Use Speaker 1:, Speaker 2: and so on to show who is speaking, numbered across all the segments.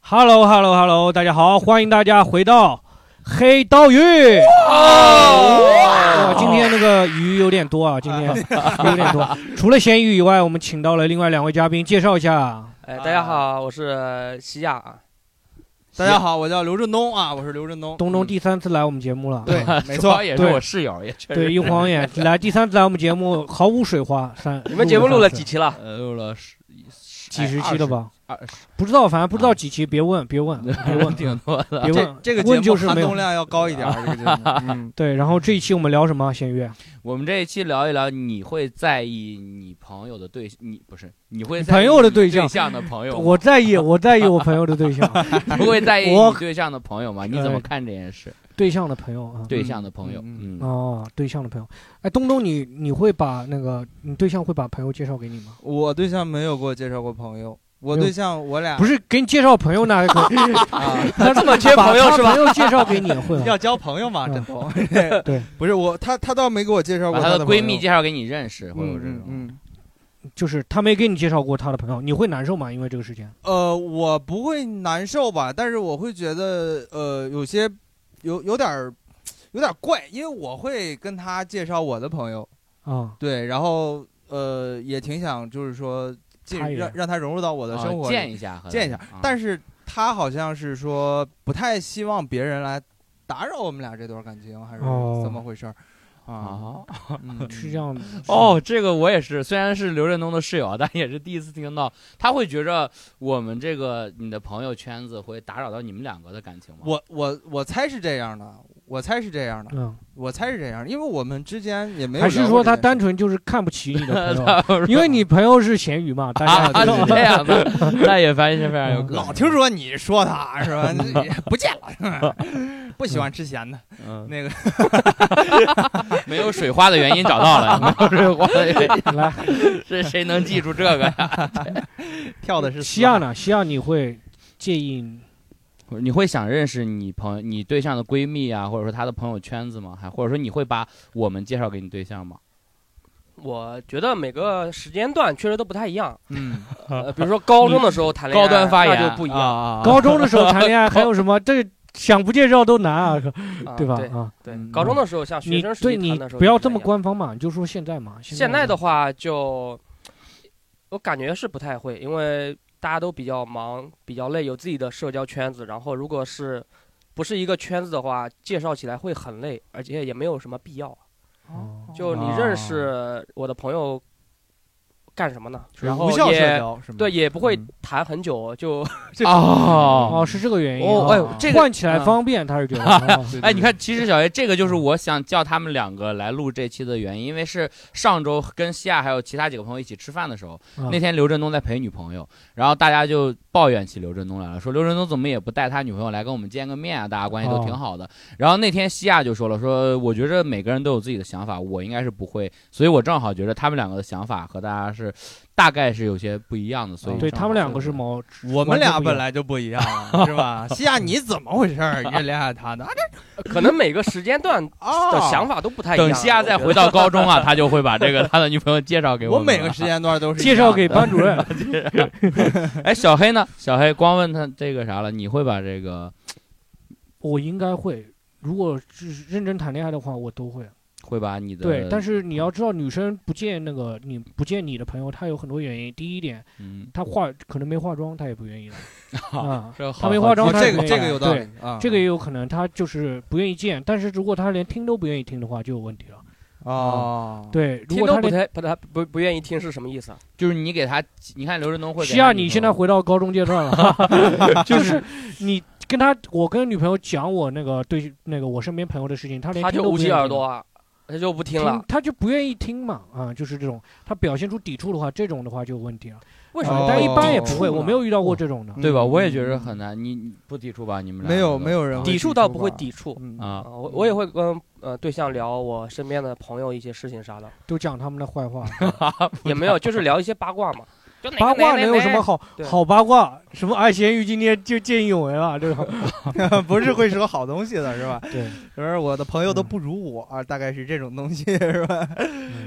Speaker 1: h e l l o h e l l o h e l l o 大家好，欢迎大家回到黑刀鱼。哇，今天那个鱼有点多啊，今天有点多。除了咸鱼以外，我们请到了另外两位嘉宾，介绍一下。
Speaker 2: 哎，大家好，我是西亚啊。
Speaker 3: 大家好，我叫刘振东啊，我是刘振东。
Speaker 1: 东东第三次来我们节目了，
Speaker 3: 对
Speaker 1: 啊
Speaker 3: 没错
Speaker 1: 对
Speaker 3: 也
Speaker 2: 是我室友也确实
Speaker 1: 对，一晃眼来第三次来我们节目，毫无水花。三，
Speaker 2: 你们节目录了
Speaker 1: 三次
Speaker 2: 几期 了？
Speaker 3: 呃，录了十
Speaker 1: 几十期了吧？
Speaker 4: 哎
Speaker 3: 二十
Speaker 1: 不知道，反正不知道几期，别问，别问，别 问，
Speaker 3: 挺多的
Speaker 1: 别问
Speaker 3: 这，这个
Speaker 1: 问
Speaker 3: 节
Speaker 1: 就
Speaker 3: 目
Speaker 1: 是
Speaker 3: 含
Speaker 1: 没有
Speaker 3: 铜量要高一点儿，这个节 目。嗯，
Speaker 1: 对，然后这一期我们聊什么？啊弦月，
Speaker 4: 我们这一期聊一聊，你会在意你朋友的对，你不是你会在意
Speaker 1: 朋友的对
Speaker 4: 你
Speaker 1: 象
Speaker 4: 对象的朋友吗，
Speaker 1: 我在意，我在意我朋友的对象，
Speaker 4: 不 会在意
Speaker 1: 我
Speaker 4: 你对象的朋友吗？你怎么看这件事？
Speaker 1: 对象的朋友啊，
Speaker 4: 对象的朋友，嗯，
Speaker 3: 嗯
Speaker 1: 哦，对象的朋友。哎，东东你，你会把那个你对象会把朋友介绍给你吗？
Speaker 3: 我对象没有给我介绍过朋友，我
Speaker 1: 没有
Speaker 3: 对象我俩
Speaker 1: 不是给你介绍朋友那可，
Speaker 3: 啊，
Speaker 1: 他
Speaker 2: 这么缺朋 友是吧
Speaker 1: 把他朋友介绍给你会吗？
Speaker 3: 要交朋友嘛，振 东。
Speaker 1: 对，
Speaker 3: 嗯不是我，他他倒没给我介绍
Speaker 4: 把
Speaker 3: 过
Speaker 4: 她
Speaker 3: 的
Speaker 4: 的
Speaker 3: 朋
Speaker 4: 闺
Speaker 3: 友
Speaker 4: 蜜介绍给你认识，会有
Speaker 3: 嗯
Speaker 4: 这
Speaker 3: 嗯
Speaker 4: 种。
Speaker 3: 嗯，
Speaker 1: 就是他没给你介绍过他的朋友，你会难受吗？因为这个事情，
Speaker 3: 呃，我不会难受吧，但是我会觉得呃，有些有有点儿有点儿怪，因为我会跟他介绍我的朋友。
Speaker 1: 啊、
Speaker 3: 对，然后呃也挺想就是说进
Speaker 1: 他也
Speaker 3: 让让他融入到我的生活
Speaker 4: 啊
Speaker 3: 里、
Speaker 4: 见一下和她，啊
Speaker 3: 见一下，
Speaker 2: 啊
Speaker 3: 但
Speaker 4: 是
Speaker 3: 是他好像是说不太希望别人来打扰我们俩这段感情，还是
Speaker 1: 哦
Speaker 3: 怎么回事儿？啊，
Speaker 4: 啊，
Speaker 3: 嗯
Speaker 1: 是这，样的。
Speaker 4: 哦，这个我也是，虽然是刘振东的室友，但也是第一次听到，他会觉着我们这个你的朋友圈子会打扰到你们两个的感情吗？
Speaker 3: 我我我猜是这样的，我猜是这样的，
Speaker 1: 嗯，
Speaker 3: 我猜是这样的，因为我们之间也没有
Speaker 1: 还是
Speaker 3: 聊
Speaker 1: 说
Speaker 3: 过这
Speaker 1: 他
Speaker 3: 件事
Speaker 1: 单纯就是看不起你的朋友？因为你朋友是咸鱼嘛，大家
Speaker 4: 啊，
Speaker 1: 知道
Speaker 4: 是这样的，那也发现非常有可能
Speaker 3: 老听说你说他 是吧？你不见了， 不喜欢吃咸的。
Speaker 4: 嗯
Speaker 3: 那个
Speaker 4: 没有水花的原因找到了， 没有水花的原因，
Speaker 1: 来，
Speaker 4: 是谁能记住这个呀？
Speaker 3: 跳的是
Speaker 1: 西亚
Speaker 3: 的，
Speaker 1: 呢？西亚你会介意？
Speaker 4: 你会想认识你朋友、你对象的闺蜜啊，或者说她的朋友圈子吗？还或者说你会把我们介绍给你对象吗？
Speaker 2: 我觉得每个时间段确实都不太一样。
Speaker 4: 嗯，
Speaker 2: 呃，比如说高中的时候谈恋爱，
Speaker 4: 高端发言
Speaker 2: 那就不一样，
Speaker 4: 啊
Speaker 1: 高中的时候谈恋爱还有什么？这想不介绍都难啊，
Speaker 2: 啊
Speaker 1: 对吧？
Speaker 2: 对
Speaker 1: 啊，
Speaker 2: 对，
Speaker 4: 嗯
Speaker 2: 高中的时候像学
Speaker 1: 你
Speaker 2: 生时
Speaker 1: 对
Speaker 2: 期
Speaker 1: 你
Speaker 2: 谈的时候，
Speaker 1: 不要这么。官方嘛，你就说现在嘛。
Speaker 2: 现在的话就，我感觉是不太会，因为大家都比较忙，比较累，有自己的社交圈子。然后如果是不是一个圈子的话，介绍起来会很累，而且也没有什么必要。
Speaker 1: 哦
Speaker 2: 就你认识我的朋友干什么呢？
Speaker 1: 嗯
Speaker 2: 然
Speaker 1: 哦
Speaker 2: 后
Speaker 3: 无效社
Speaker 2: 也
Speaker 3: 交是吗？
Speaker 2: 对，也不会
Speaker 3: 嗯
Speaker 2: 谈很久，就
Speaker 4: 哦。
Speaker 1: 哦，是这个原因。
Speaker 2: 哦，
Speaker 1: 哦
Speaker 2: 哎呦，这个
Speaker 1: 换起来方便，他是 觉得。哦
Speaker 3: 对
Speaker 4: 哎，你，看，其实小叶这个就是我想叫他们两个来录这期的原因，因为是上周跟西亚还有其他几个朋友一起吃饭的时候，
Speaker 1: 嗯
Speaker 4: 那天刘振东在陪女朋友，然后大家就抱怨起刘振东来了，说刘振东怎么也不带他女朋友来跟我们见个面啊，大家关系都挺好的。然后那天西亚就说了，说我觉着每个人都有自己的想法，我应该是不会，所以我正好觉得他们两个的想法和大家是大概是有些不一样的，所以
Speaker 1: 对
Speaker 4: 正好
Speaker 1: 他们两个是毛，
Speaker 3: 我们俩本来就不一样了，是 吧？西亚，你怎么回事儿？你这恋爱谈的啊？这
Speaker 2: 可能每个时间段的
Speaker 3: 哦
Speaker 2: 想法都不太一样。
Speaker 4: 等西亚再
Speaker 2: 我觉
Speaker 4: 回
Speaker 2: 得
Speaker 4: 到高中啊，他就会把这个他的女朋友介绍给
Speaker 3: 我
Speaker 4: 们
Speaker 3: 每
Speaker 4: 了
Speaker 3: 个时间段都是一
Speaker 1: 介
Speaker 3: 样
Speaker 1: 绍
Speaker 3: 的
Speaker 1: 给班主 任。
Speaker 4: 哎，小黑呢？小黑光问他这个啥了？你会把这个
Speaker 1: 我应该会，如果是认真谈恋爱的话，我都会。
Speaker 4: 会把你的
Speaker 1: 对，但
Speaker 4: 是
Speaker 1: 是你要知道，女生不见那个你不见你的朋友，她有很多原因。第一点，
Speaker 4: 嗯，
Speaker 1: 她化可能没化妆，她也不愿 意来。啊，
Speaker 4: 这
Speaker 1: 他没化妆
Speaker 3: 哦
Speaker 1: 他
Speaker 3: 这
Speaker 1: 没
Speaker 3: 个
Speaker 1: 有
Speaker 3: 这个有道理
Speaker 1: 对
Speaker 3: 啊，
Speaker 1: 这个也有可能，她就是不愿意见。但是如果她连听都不愿意听的话，就有问题了。
Speaker 3: 哦，
Speaker 1: 对，如
Speaker 2: 听
Speaker 1: 果
Speaker 2: 都
Speaker 1: 她
Speaker 2: 不
Speaker 1: 连
Speaker 2: 太不太不不愿意听是什么意思啊？
Speaker 4: 就是你给他，你看刘振东会给
Speaker 1: 西亚，
Speaker 4: 他
Speaker 1: 你
Speaker 4: 女
Speaker 1: 现
Speaker 4: 朋
Speaker 1: 在
Speaker 4: 友
Speaker 1: 回到高中阶段了， 就是你跟她，我跟女朋友讲我那个对那个我身边朋友的事情，她连
Speaker 2: 他
Speaker 1: 听
Speaker 2: 就
Speaker 1: 都
Speaker 2: 捂
Speaker 1: 不愿
Speaker 2: 起
Speaker 1: 意
Speaker 2: 耳
Speaker 1: 听
Speaker 2: 朵啊，他就不听
Speaker 1: 听
Speaker 2: 了。
Speaker 1: 她就不愿意听嘛，啊，就是这种，她表现出抵触的话，这种的话就有问题了。
Speaker 2: 为什
Speaker 1: 啊
Speaker 2: 么？
Speaker 1: 但一般也
Speaker 3: 哦
Speaker 1: 不会，我没有遇到过这种的。
Speaker 4: 对吧？
Speaker 3: 嗯
Speaker 4: 我也觉得很难，你你不抵触吧？你们俩
Speaker 3: 没有
Speaker 4: 这个
Speaker 3: 没有人
Speaker 4: 啊
Speaker 3: 会
Speaker 2: 抵
Speaker 3: 触
Speaker 2: 触倒不
Speaker 3: 吧
Speaker 2: 会抵触
Speaker 3: 嗯
Speaker 4: 啊
Speaker 2: 啊，我我也会跟呃对象聊我身边的朋友一些事情啥的，
Speaker 1: 都讲他们的坏话，
Speaker 2: 也没有就是聊一些八卦嘛。就哪个
Speaker 1: 八卦
Speaker 2: 哪
Speaker 1: 能
Speaker 2: 个
Speaker 1: 有什
Speaker 2: 哪
Speaker 1: 么
Speaker 2: 个
Speaker 1: 好
Speaker 2: 对
Speaker 1: 好八卦？什么哎，咸鱼今天就见义勇为了， 这种。
Speaker 3: 不是会说好东西的是吧？
Speaker 1: 对，
Speaker 3: 就是我的朋友都不如我，啊大概是这种东西是吧？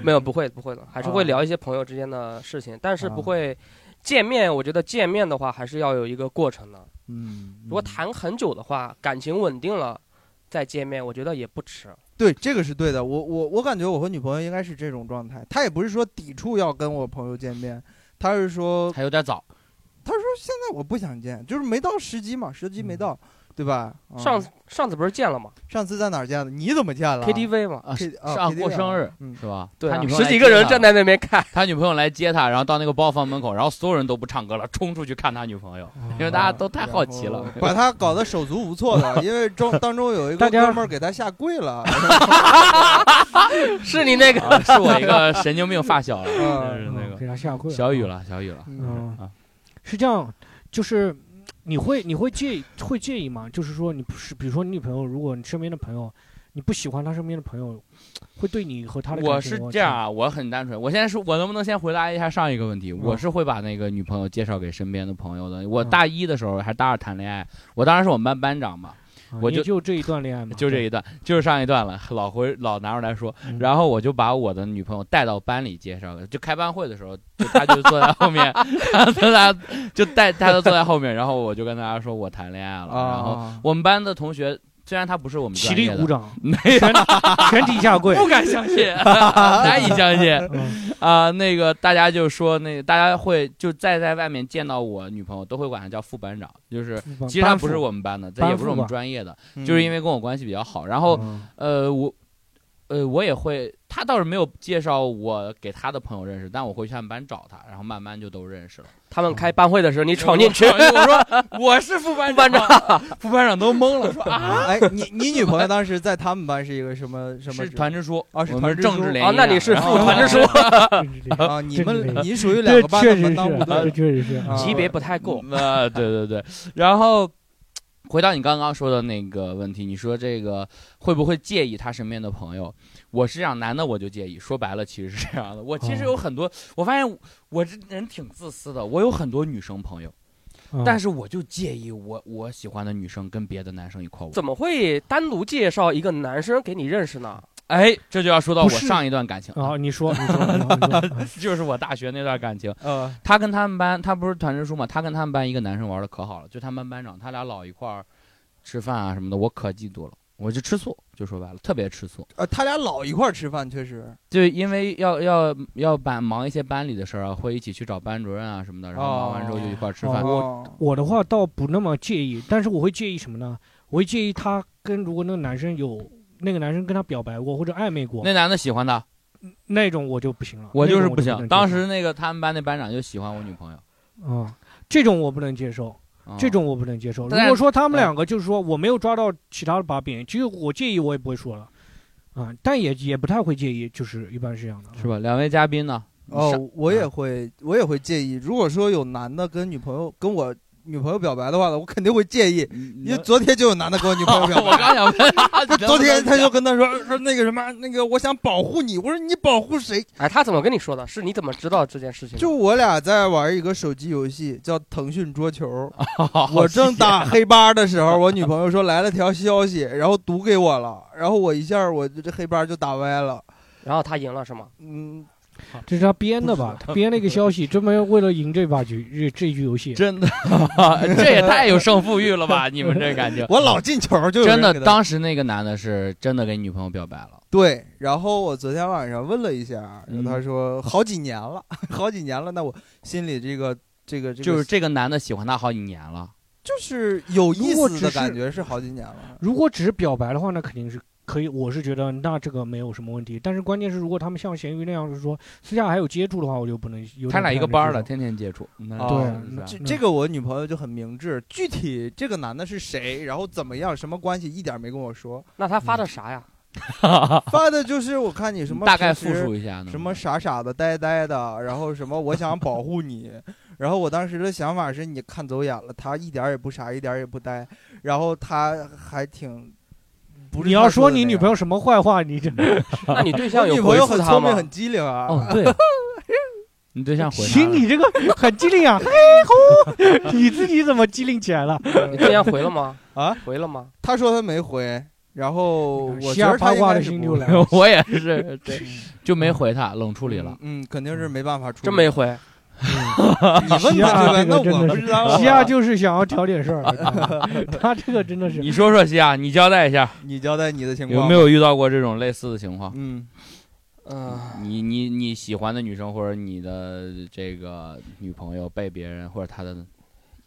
Speaker 2: 没有，不会不会的，还是
Speaker 3: 啊
Speaker 4: 啊
Speaker 2: 会聊一些朋友之间的事情，但是不会见面，我觉得见面的话还是要有一个过程的。
Speaker 3: 嗯，
Speaker 2: 如果谈很久的话，感情稳定了再见面，我觉得也不迟。
Speaker 4: 啊
Speaker 3: 对这个是对的，我我我感觉我和女朋友应该是这种状态，她也不是说抵触要跟我朋友见面，她是说
Speaker 4: 还有点早。
Speaker 3: 她说现在我不想见，就是没到时机嘛，时机没到，对吧？啊
Speaker 2: 上次上次不是见了吗
Speaker 3: 上次在哪儿见的？你怎么见了
Speaker 2: ？KTV 嘛，
Speaker 4: 啊，
Speaker 3: K-
Speaker 4: 是
Speaker 3: 啊
Speaker 4: 上
Speaker 3: KTV
Speaker 4: 过生日
Speaker 3: 嗯
Speaker 4: 是吧？
Speaker 2: 对、
Speaker 4: 他
Speaker 2: 啊，
Speaker 4: 女朋友
Speaker 2: 十
Speaker 4: 来
Speaker 2: 几
Speaker 4: 接
Speaker 2: 个人
Speaker 4: 他
Speaker 2: 站在那边看，
Speaker 4: 他女朋友来接他，然后到那个包房门口，然后所有人都不唱歌了，冲出去看他女朋友，因为大家都太好奇了。
Speaker 3: 把她搞得手足无 措了，因为中当中有一
Speaker 1: 大
Speaker 3: 个
Speaker 1: 家
Speaker 3: 哥们儿给她下跪了，
Speaker 2: 是你那个
Speaker 4: 啊 是我一个神经病发小 了，
Speaker 3: 嗯
Speaker 4: 就是那个
Speaker 1: 给他下跪了
Speaker 4: 小
Speaker 3: 啊
Speaker 4: 雨了，小雨了。
Speaker 3: 嗯
Speaker 1: 嗯
Speaker 4: 啊，
Speaker 1: 是这样，就是嗯你会你会介意会介意吗？就是说你不是，比如说你女朋友，如果你身边的朋友，你不喜欢他身边的朋友，会对你和他的
Speaker 4: 我
Speaker 1: 感情
Speaker 4: 是
Speaker 1: 有
Speaker 4: 这样啊，我很单纯。我现在是我能不能先回答一下上一个问题？我是会把那个女朋友介绍给身边的朋友的。我
Speaker 1: 嗯
Speaker 4: 大一的时候还是大二谈恋爱，我当时是我们班班长嘛，
Speaker 1: 啊
Speaker 4: 我
Speaker 1: 你
Speaker 4: 就
Speaker 1: 就这一段恋爱嘛，
Speaker 4: 就这
Speaker 1: 一
Speaker 4: 一段，就是上一段了，老回老拿出来说。
Speaker 1: 嗯
Speaker 4: 然后我就把我的女朋友带到班里介绍，就开班会的时候，就她就坐在后 面，她她就带她就坐在后面，然后我就跟大家说我谈恋爱了。然后
Speaker 3: 啊，
Speaker 4: 我们班的同学虽然他不是我们
Speaker 1: 起
Speaker 4: 专
Speaker 1: 立
Speaker 4: 业的
Speaker 1: 鼓，掌，
Speaker 4: 没
Speaker 1: 全全体下跪。
Speaker 4: 不敢相 信，难以相信
Speaker 1: 嗯
Speaker 4: 啊、那个大家就说那大家会就再在外面见到我女朋友都会管她叫副班长，就是其实她不是，我们班的，她也不是我们专业的，嗯就是因
Speaker 3: 为
Speaker 4: 为跟我关系比较好，然后。
Speaker 1: 嗯
Speaker 4: 呃，我，呃，我也会，他倒是没有介绍我给他的朋友认识，但我会去他们班找他，然后慢慢就都认识了。
Speaker 2: 他们开班会的时候，你闯进去，
Speaker 4: 我说我是副班长，副班长都懵了，说 啊，
Speaker 3: 哎，你你女朋友当时在他们班是一个 什么什么
Speaker 4: 是
Speaker 3: 职
Speaker 4: 团支书
Speaker 3: 啊是
Speaker 4: 我
Speaker 3: 团
Speaker 4: 们
Speaker 3: 支
Speaker 4: 政
Speaker 3: 书
Speaker 4: 治联
Speaker 2: 哦
Speaker 4: 谊
Speaker 2: 那
Speaker 4: 的
Speaker 2: 你是
Speaker 4: 嗯然
Speaker 2: 副
Speaker 4: 后
Speaker 2: 团支书
Speaker 3: 啊？你
Speaker 1: 真
Speaker 3: 们
Speaker 1: 的
Speaker 3: 你属于两
Speaker 1: 这
Speaker 3: 个班
Speaker 1: 确
Speaker 3: 的
Speaker 1: 实
Speaker 3: 门
Speaker 1: 是
Speaker 3: 当户，
Speaker 1: 这
Speaker 3: 对，
Speaker 1: 确实是。
Speaker 3: 啊
Speaker 2: 级别不太够。
Speaker 4: 呃，对对对，然后。回到你刚刚说的那个问题，你说这个会不会介意他身边的朋友？我是这样，男的我就介意。说白了，其实是这样的。我其实
Speaker 1: 哦
Speaker 4: 有很多，我发现我这人挺自私的，我有很多女生朋友。
Speaker 1: 哦
Speaker 4: 但
Speaker 1: 是
Speaker 4: 是我就介意我我喜欢的女生跟别的男生一块儿玩。
Speaker 2: 怎么会单独介绍一个男生给你认识呢？
Speaker 4: 哎，这就要说到我
Speaker 1: 不是
Speaker 4: 上一段感情，
Speaker 1: 啊，你说你说，你说你说
Speaker 4: 就是我大学那段感情。
Speaker 3: 呃，
Speaker 4: 他跟他们班，他不是团支书嘛，他跟他们班一个男生玩的可好了，就他们班班长，他俩老一块儿吃饭啊什么的，我可嫉妒了。我就吃醋，就说白了，特别吃醋，
Speaker 3: 呃，他俩老一块儿吃饭，确实，
Speaker 4: 就因为要要要班忙一些班里的事儿啊，会一起去找班主任啊什么的，然后忙完之后就一块儿吃饭。
Speaker 1: 我
Speaker 3: 哦
Speaker 1: 我的话倒不那么介意，但是我会介意什么呢？我会介意他跟如果那个男生有那个男生跟他表白过或者暧昧
Speaker 3: 哦
Speaker 1: 过，
Speaker 4: 那男的喜欢他，
Speaker 1: 那种我就不行了，
Speaker 4: 我就
Speaker 1: 那
Speaker 4: 是
Speaker 1: 种我不
Speaker 4: 不行。
Speaker 1: 能接受
Speaker 4: 当时那个他们班那班长就喜欢我女朋友，
Speaker 1: 嗯，这种我不能接受，
Speaker 4: 嗯
Speaker 1: 这种我不能接受。如
Speaker 4: 但
Speaker 1: 果说他们
Speaker 4: 嗯
Speaker 1: 两个就是说我没有抓到其他的把柄，其实我介意我也不会说了，啊、但也也不太会介意，就是一般是这样的，
Speaker 4: 是？吧？两位嘉宾呢？
Speaker 3: 哦
Speaker 4: 上，啊
Speaker 3: 我也会，我也会介意。如果说有男的跟女朋友跟我女朋友表白的话呢，我肯定会介意。因为昨天就有男的跟我女朋友表
Speaker 4: 我
Speaker 3: 白，
Speaker 4: 刚想问，
Speaker 3: 昨天他就跟他说呃说那个什么，那个我想保护你。我说你保护谁？
Speaker 2: 哎，他怎么跟你说的？是你怎么知道这件事情的？
Speaker 3: 就我俩在玩一个手机游戏，叫腾讯 桌球。我
Speaker 4: 我
Speaker 3: 正打
Speaker 4: 啊
Speaker 3: 黑八的时候，我女朋友说来了条消息，然后读给我了，然后我一下我这黑八就打歪了。
Speaker 2: 然后他赢了是吗？
Speaker 3: 嗯，
Speaker 1: 啊这是他编的吧？他编了一个消息，专门为了赢这把局这这局游戏。
Speaker 4: 真 的，这也太有胜负欲了吧？你们这感觉，
Speaker 3: 我老进球就有 人
Speaker 4: 真的
Speaker 3: 给他。
Speaker 4: 当时那个男的是真的给女朋友表白了，
Speaker 3: 对，然后我昨天晚上问了一下，然
Speaker 4: 嗯
Speaker 3: 后他说好几年了， 好几年了。那我心里这个这个这个
Speaker 4: 就是这个男的喜欢她好几年了，
Speaker 3: 就是有意
Speaker 1: 如果
Speaker 3: 思
Speaker 1: 只
Speaker 3: 的
Speaker 1: 是
Speaker 3: 感觉是好几年了。
Speaker 1: 如果只是表白的话，那肯定是可以。我是觉得那这个没有什么问题。但是关键是，如果他们像咸鱼那样，就是说私下还有接触的话，我就不能有点
Speaker 4: 他俩一个
Speaker 1: 不太能
Speaker 4: 班儿的，
Speaker 1: 接
Speaker 4: 天天接触。那
Speaker 3: 哦
Speaker 4: 是吧
Speaker 1: 对
Speaker 3: 这
Speaker 1: 嗯
Speaker 3: 这个我女朋友就很明智，具体这个男的是谁，然后怎么样，什么关系，一点没跟我说。
Speaker 2: 那他
Speaker 4: 嗯
Speaker 2: 发的啥呀？
Speaker 3: 发的就是我看你什么
Speaker 4: 大概
Speaker 3: 平
Speaker 4: 复
Speaker 3: 时
Speaker 4: 述一下嗯呢？
Speaker 3: 什么傻傻的、呆呆的，然后什么我想保护你，然后我当时的想法是你看走眼了，他一点儿也不傻，一点儿也不呆，然后他还挺不
Speaker 1: 受。
Speaker 3: 是
Speaker 1: 你要
Speaker 3: 他说
Speaker 1: 说你女朋
Speaker 3: 友，
Speaker 1: 友什么坏话，你 这
Speaker 2: 那你对象
Speaker 3: 我
Speaker 2: 有
Speaker 3: 女朋
Speaker 2: 回
Speaker 3: 友
Speaker 2: 复
Speaker 3: 很
Speaker 2: 他
Speaker 3: 聪明、
Speaker 2: 吗？
Speaker 3: 很机灵啊，
Speaker 4: 哦，对， 你对象回他
Speaker 1: 行，
Speaker 4: 了
Speaker 1: 你这个很机灵啊，嘿吼，你自己怎么机灵起来了？
Speaker 2: 你对象回了吗？
Speaker 3: 啊，
Speaker 2: 回了吗？
Speaker 3: 他说他没回，然后我
Speaker 1: 西
Speaker 3: 觉
Speaker 1: 亚
Speaker 3: 得他
Speaker 1: 八
Speaker 3: 应
Speaker 1: 卦
Speaker 3: 该
Speaker 1: 的
Speaker 3: 是
Speaker 1: 心
Speaker 3: 不
Speaker 1: 就
Speaker 3: 会
Speaker 1: 来了。
Speaker 4: 我也是，对，就没回他，冷处
Speaker 3: 处
Speaker 4: 理了。
Speaker 3: 嗯嗯，肯定是没办法处理，
Speaker 2: 真没回，
Speaker 1: 西亚啊
Speaker 3: 你问他呗，
Speaker 1: 这
Speaker 3: 那
Speaker 1: 个真
Speaker 3: 我
Speaker 1: 的
Speaker 3: 不
Speaker 1: 是
Speaker 3: 知道 啊。
Speaker 1: 西亚就是想要挑点 事儿，我靠他这个真的是
Speaker 4: 嗯你说说西亚，你交代一下，
Speaker 3: 你交代你的情况
Speaker 4: 有没？有遇到过这种类似的情况？
Speaker 3: 嗯，
Speaker 2: 嗯，
Speaker 4: 你你你喜欢的女生或者你的这个女朋友被别人或者她的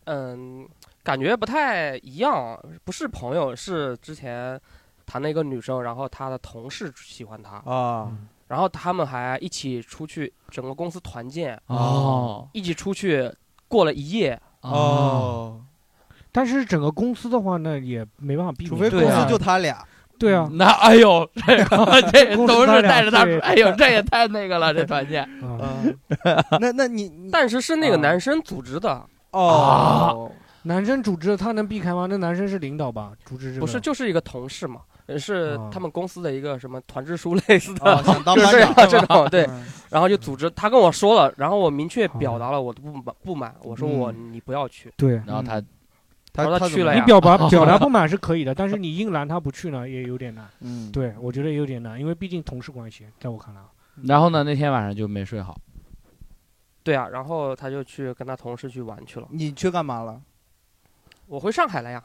Speaker 2: 嗯，感觉不太一样，不是朋友，是之前谈了一个女生，然后她的同事喜欢她，
Speaker 3: 啊，
Speaker 2: 然后他们还一起出去，整个公司团建，
Speaker 3: 哦
Speaker 2: 一起出去过了一夜。
Speaker 4: 哦，
Speaker 3: 哦，
Speaker 1: 但是整个公司的话呢，也没办法避免。
Speaker 3: 除非公
Speaker 2: 对啊
Speaker 3: 司就他俩，
Speaker 1: 对啊，
Speaker 4: 那哎呦，这个 这
Speaker 1: 公司
Speaker 4: 都
Speaker 1: 他
Speaker 4: 是
Speaker 1: 俩
Speaker 4: 带着他
Speaker 1: 对
Speaker 4: 说，哎呦，这也太那个了，这团建。
Speaker 1: 啊
Speaker 3: 嗯，那那你你
Speaker 2: 但是是那个
Speaker 3: 啊
Speaker 2: 男生组织的，
Speaker 3: 哦，
Speaker 1: 男生组织他能避开吗？那男生是领导吧？组织这个
Speaker 2: 不是就是一个同事嘛，呃是
Speaker 1: 啊
Speaker 2: 他们公司的一个什么团支书 类似的，
Speaker 3: 哦想当
Speaker 2: 啊就是
Speaker 3: 班
Speaker 2: 这
Speaker 3: 长
Speaker 2: 样这种对。
Speaker 3: 嗯
Speaker 2: 然后就组织他跟我说了，然后我明确表达了我的不满不满，我说我你不要去，
Speaker 1: 对。
Speaker 4: 然后他
Speaker 3: 他
Speaker 2: 然后他
Speaker 3: 他
Speaker 2: 去
Speaker 3: 怎么
Speaker 2: 了
Speaker 1: 你
Speaker 2: 呀
Speaker 1: 表达表达不满是可以的，但是你硬拦他不去呢，也有点难。
Speaker 3: 嗯，
Speaker 1: 对，我觉得也有点难，因为毕竟同事关系，在我看来啊，
Speaker 4: 然后呢，那天晚上就没 睡好。
Speaker 2: 对啊，然后他就去跟他同事去玩去了，
Speaker 3: 你去干嘛了？
Speaker 2: 我回上海了呀，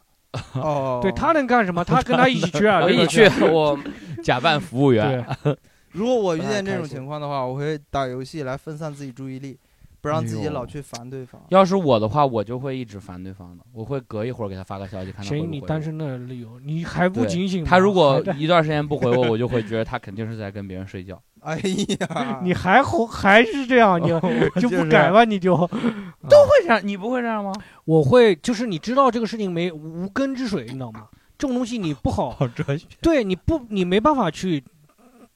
Speaker 3: 哦，
Speaker 1: 对他能干什么？他跟他一起去啊，
Speaker 2: 我
Speaker 1: 对吧
Speaker 2: 一起去， 我
Speaker 4: 假扮服务员，
Speaker 1: 对，
Speaker 3: 如果我遇
Speaker 2: 不太
Speaker 3: 见这
Speaker 2: 开
Speaker 3: 种
Speaker 2: 心
Speaker 3: 情况的话，我会打游戏来分散自己注意力，不让自己老去烦对方。
Speaker 4: 要是我的话，我就会一直烦对方的，我会隔一会儿给他发个消息，看他
Speaker 1: 谁
Speaker 4: 回不回
Speaker 1: 你
Speaker 4: 我
Speaker 1: 单身的理由，你还不
Speaker 4: 对
Speaker 1: 警醒吗？
Speaker 4: 他如果
Speaker 1: 还在
Speaker 4: 一段时间不回我，我就会觉得他肯定是在跟别人睡觉。
Speaker 3: 哎呀，
Speaker 1: 你还吼还是这样，你就不改吧，你就
Speaker 4: 不会这样，你不会这样吗？
Speaker 1: 我会就是你知道这个事情没无根之水，你知道吗？这种东西你不好，
Speaker 4: 好哲学。
Speaker 1: 对你不你没办法去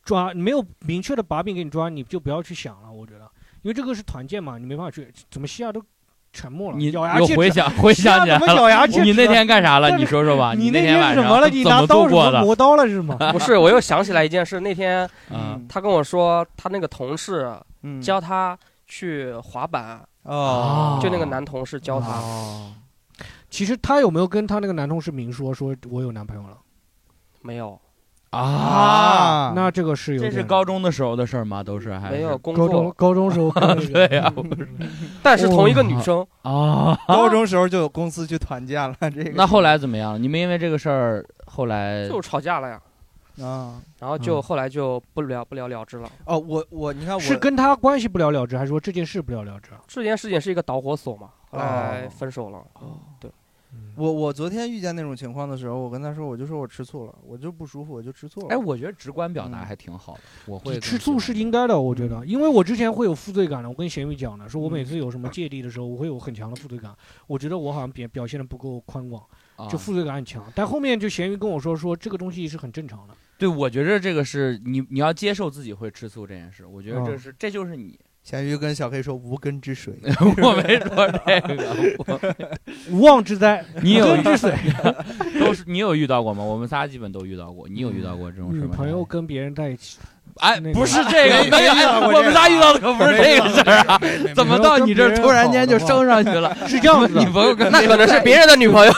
Speaker 1: 抓，没有明确的把柄给你抓，你就不要去想了。我觉得，因为这个是团建嘛，你没办法去。怎么西亚都沉默了？
Speaker 4: 你
Speaker 1: 咬 牙
Speaker 4: 又
Speaker 1: 切
Speaker 4: 回
Speaker 1: 齿，
Speaker 4: 想 回
Speaker 1: 西亚
Speaker 4: 想起来
Speaker 1: 怎么咬
Speaker 4: 了，
Speaker 1: 牙切齿？
Speaker 4: 你那天干啥了？
Speaker 1: 但是
Speaker 4: 啊你说说吧，
Speaker 1: 你
Speaker 4: 那
Speaker 1: 天
Speaker 4: 晚
Speaker 1: 是
Speaker 4: 上
Speaker 1: 怎么了？你
Speaker 4: 怎
Speaker 1: 拿
Speaker 4: 么
Speaker 1: 刀
Speaker 4: 度
Speaker 1: 什
Speaker 4: 过
Speaker 1: 么
Speaker 4: 的？
Speaker 1: 磨刀了是 吗？
Speaker 2: 不是我又想起来一件事，那天
Speaker 4: 嗯，
Speaker 2: 他跟我说他那个同事
Speaker 3: 嗯
Speaker 2: 教他去滑板，
Speaker 3: 哦，
Speaker 2: 就那个男同事教他，
Speaker 3: 哦，
Speaker 1: 其实他有没有跟他那个男同事明说，说我有男朋友了？
Speaker 2: 没有
Speaker 4: 啊，
Speaker 1: 那这个是有
Speaker 4: 这是
Speaker 1: 点
Speaker 4: 高中的时候的事儿吗？都是还是
Speaker 2: 没有工
Speaker 1: 高中哦
Speaker 2: 作，
Speaker 1: 高中时候跟那个
Speaker 4: 对呀
Speaker 1: 嗯
Speaker 2: 但是同一个女生，
Speaker 4: 啊？
Speaker 3: 高中时候就有公司去团建了，这个
Speaker 4: 那后来怎么样？你们因为这个事儿后来
Speaker 2: 就是吵架了呀，
Speaker 3: 啊
Speaker 2: 然后就后来就不了不了了之了。
Speaker 3: 哦，我我你看我
Speaker 1: 是跟他关系不了了之，还是说这件事不了了之？
Speaker 2: 这件事情是一个导火索嘛，后来
Speaker 3: 哦
Speaker 2: 分手了。
Speaker 4: 嗯
Speaker 3: 我我昨天遇见那种情况的时候，我跟他说，我就说我吃醋了，我就不舒服，我就吃醋了。
Speaker 4: 哎，我觉得直观表达还挺好的，我会
Speaker 1: 你
Speaker 4: 更
Speaker 1: 吃醋是应该的，我觉得，
Speaker 4: 嗯
Speaker 1: 因为我之前会有负罪感的。我跟咸鱼讲的，说我每次有什么芥蒂的时候，我会有很强的负罪感，我觉得我好像表表现的不够宽广，
Speaker 4: 啊
Speaker 1: 就负罪感很强。但后面就咸鱼跟我说，说这个东西是很正常的，
Speaker 4: 对，我觉着这个是你你要接受自己会吃醋这件事，我觉得这
Speaker 1: 嗯
Speaker 4: 是、这就是你，
Speaker 3: 咸鱼跟小黑说无根之水，
Speaker 4: 我没说这个，我
Speaker 1: 无妄之灾，
Speaker 4: 你有
Speaker 1: 无根之水。
Speaker 4: 都是你有遇到过吗？我们仨基本都遇到过，你有遇到过这种
Speaker 1: 嗯
Speaker 4: 事
Speaker 1: 女
Speaker 4: 吗？
Speaker 1: 朋友跟别人在一 起，
Speaker 4: 哎，
Speaker 1: 那个
Speaker 4: 不是这
Speaker 3: 没
Speaker 4: 个，
Speaker 3: 没
Speaker 4: 没有，哎
Speaker 3: 遇到过
Speaker 4: 我
Speaker 3: 这
Speaker 4: 们
Speaker 3: 个
Speaker 4: 仨遇到的可不是这个事儿啊，怎么到你这儿突然间就升上去了？
Speaker 1: 是这样子
Speaker 4: 你
Speaker 1: 的，
Speaker 4: 朋友跟
Speaker 2: 那可能是别人的女朋友。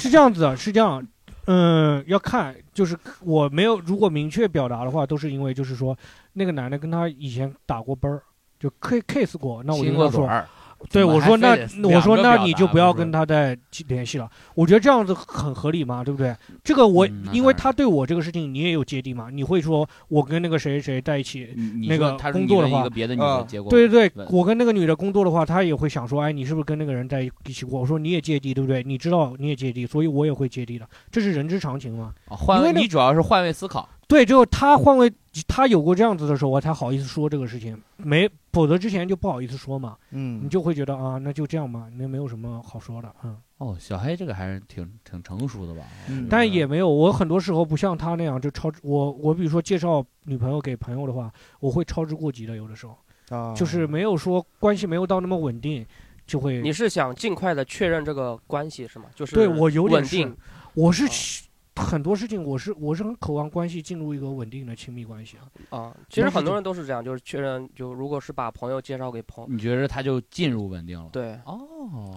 Speaker 1: 是这样子的，是这样。嗯，要看，就是我没有，如果明确表达的话，都是因为就是说那个男的跟他以前打过奔儿，就 k kiss 过，那我就
Speaker 4: 亲
Speaker 1: 跟
Speaker 4: 过
Speaker 1: 他
Speaker 4: 嘴
Speaker 1: 说，
Speaker 4: 儿，
Speaker 1: 对，
Speaker 4: 怎么
Speaker 1: 我
Speaker 4: 还
Speaker 1: 说
Speaker 4: 非
Speaker 1: 那
Speaker 4: 得
Speaker 1: 我
Speaker 4: 两
Speaker 1: 说
Speaker 4: 个
Speaker 1: 那
Speaker 4: 表
Speaker 1: 你
Speaker 4: 达
Speaker 1: 就不
Speaker 4: 不
Speaker 1: 要
Speaker 4: 是
Speaker 1: 跟他再去联系了。我觉得这样子很合理嘛，对不对？这个我、
Speaker 4: 嗯那
Speaker 1: 因为
Speaker 4: 当然
Speaker 1: 他对我这个事情你也有芥蒂嘛，你会说我跟那个谁谁在一起。
Speaker 4: 你你
Speaker 1: 那
Speaker 4: 说
Speaker 1: 个
Speaker 4: 他是
Speaker 1: 工
Speaker 4: 你
Speaker 1: 作的
Speaker 4: 跟一
Speaker 1: 话
Speaker 4: 个别的女的
Speaker 3: 啊
Speaker 4: 结果
Speaker 1: 对对对
Speaker 4: 问，
Speaker 1: 我跟那个女的工作的话，她也会想说，哎，你是不是跟那个人在一起过？我说你也芥蒂，对不对？你知道你也芥蒂，所以我也会芥蒂的，这是人之常情嘛。
Speaker 4: 啊换
Speaker 1: 因为
Speaker 4: 位
Speaker 1: 那
Speaker 4: 你主要是换位思考，
Speaker 1: 对，只有他换位，他有过这样子的时候，我才好意思说这个事情，没，否则之前就不好意思说嘛，
Speaker 3: 嗯
Speaker 1: 你就会觉得啊，那就这样吧，那没有什么好说的，嗯。
Speaker 4: 哦，小黑这个还是挺挺成熟的吧？
Speaker 3: 嗯
Speaker 1: 但也没有，我很多时候不像他那样就超我我比如说介绍女朋友给朋友的话，我会操之过急的，有的时候
Speaker 3: 啊
Speaker 1: 就是没有说关系没有到那么稳定，就会
Speaker 2: 你是想尽快的确认这个关系是吗？就是
Speaker 1: 对我有点
Speaker 2: 稳定，
Speaker 1: 我是
Speaker 2: 啊
Speaker 1: 去很多事情我是我是很渴望关系进入一个稳定的亲密关系啊，
Speaker 2: 啊。其实
Speaker 1: 但是嗯
Speaker 2: 很多
Speaker 1: 就
Speaker 2: 人都是这样，就是确认，就如果是把朋友介绍给朋友，
Speaker 4: 你觉着他就进入稳定了？
Speaker 2: 对，
Speaker 4: 哦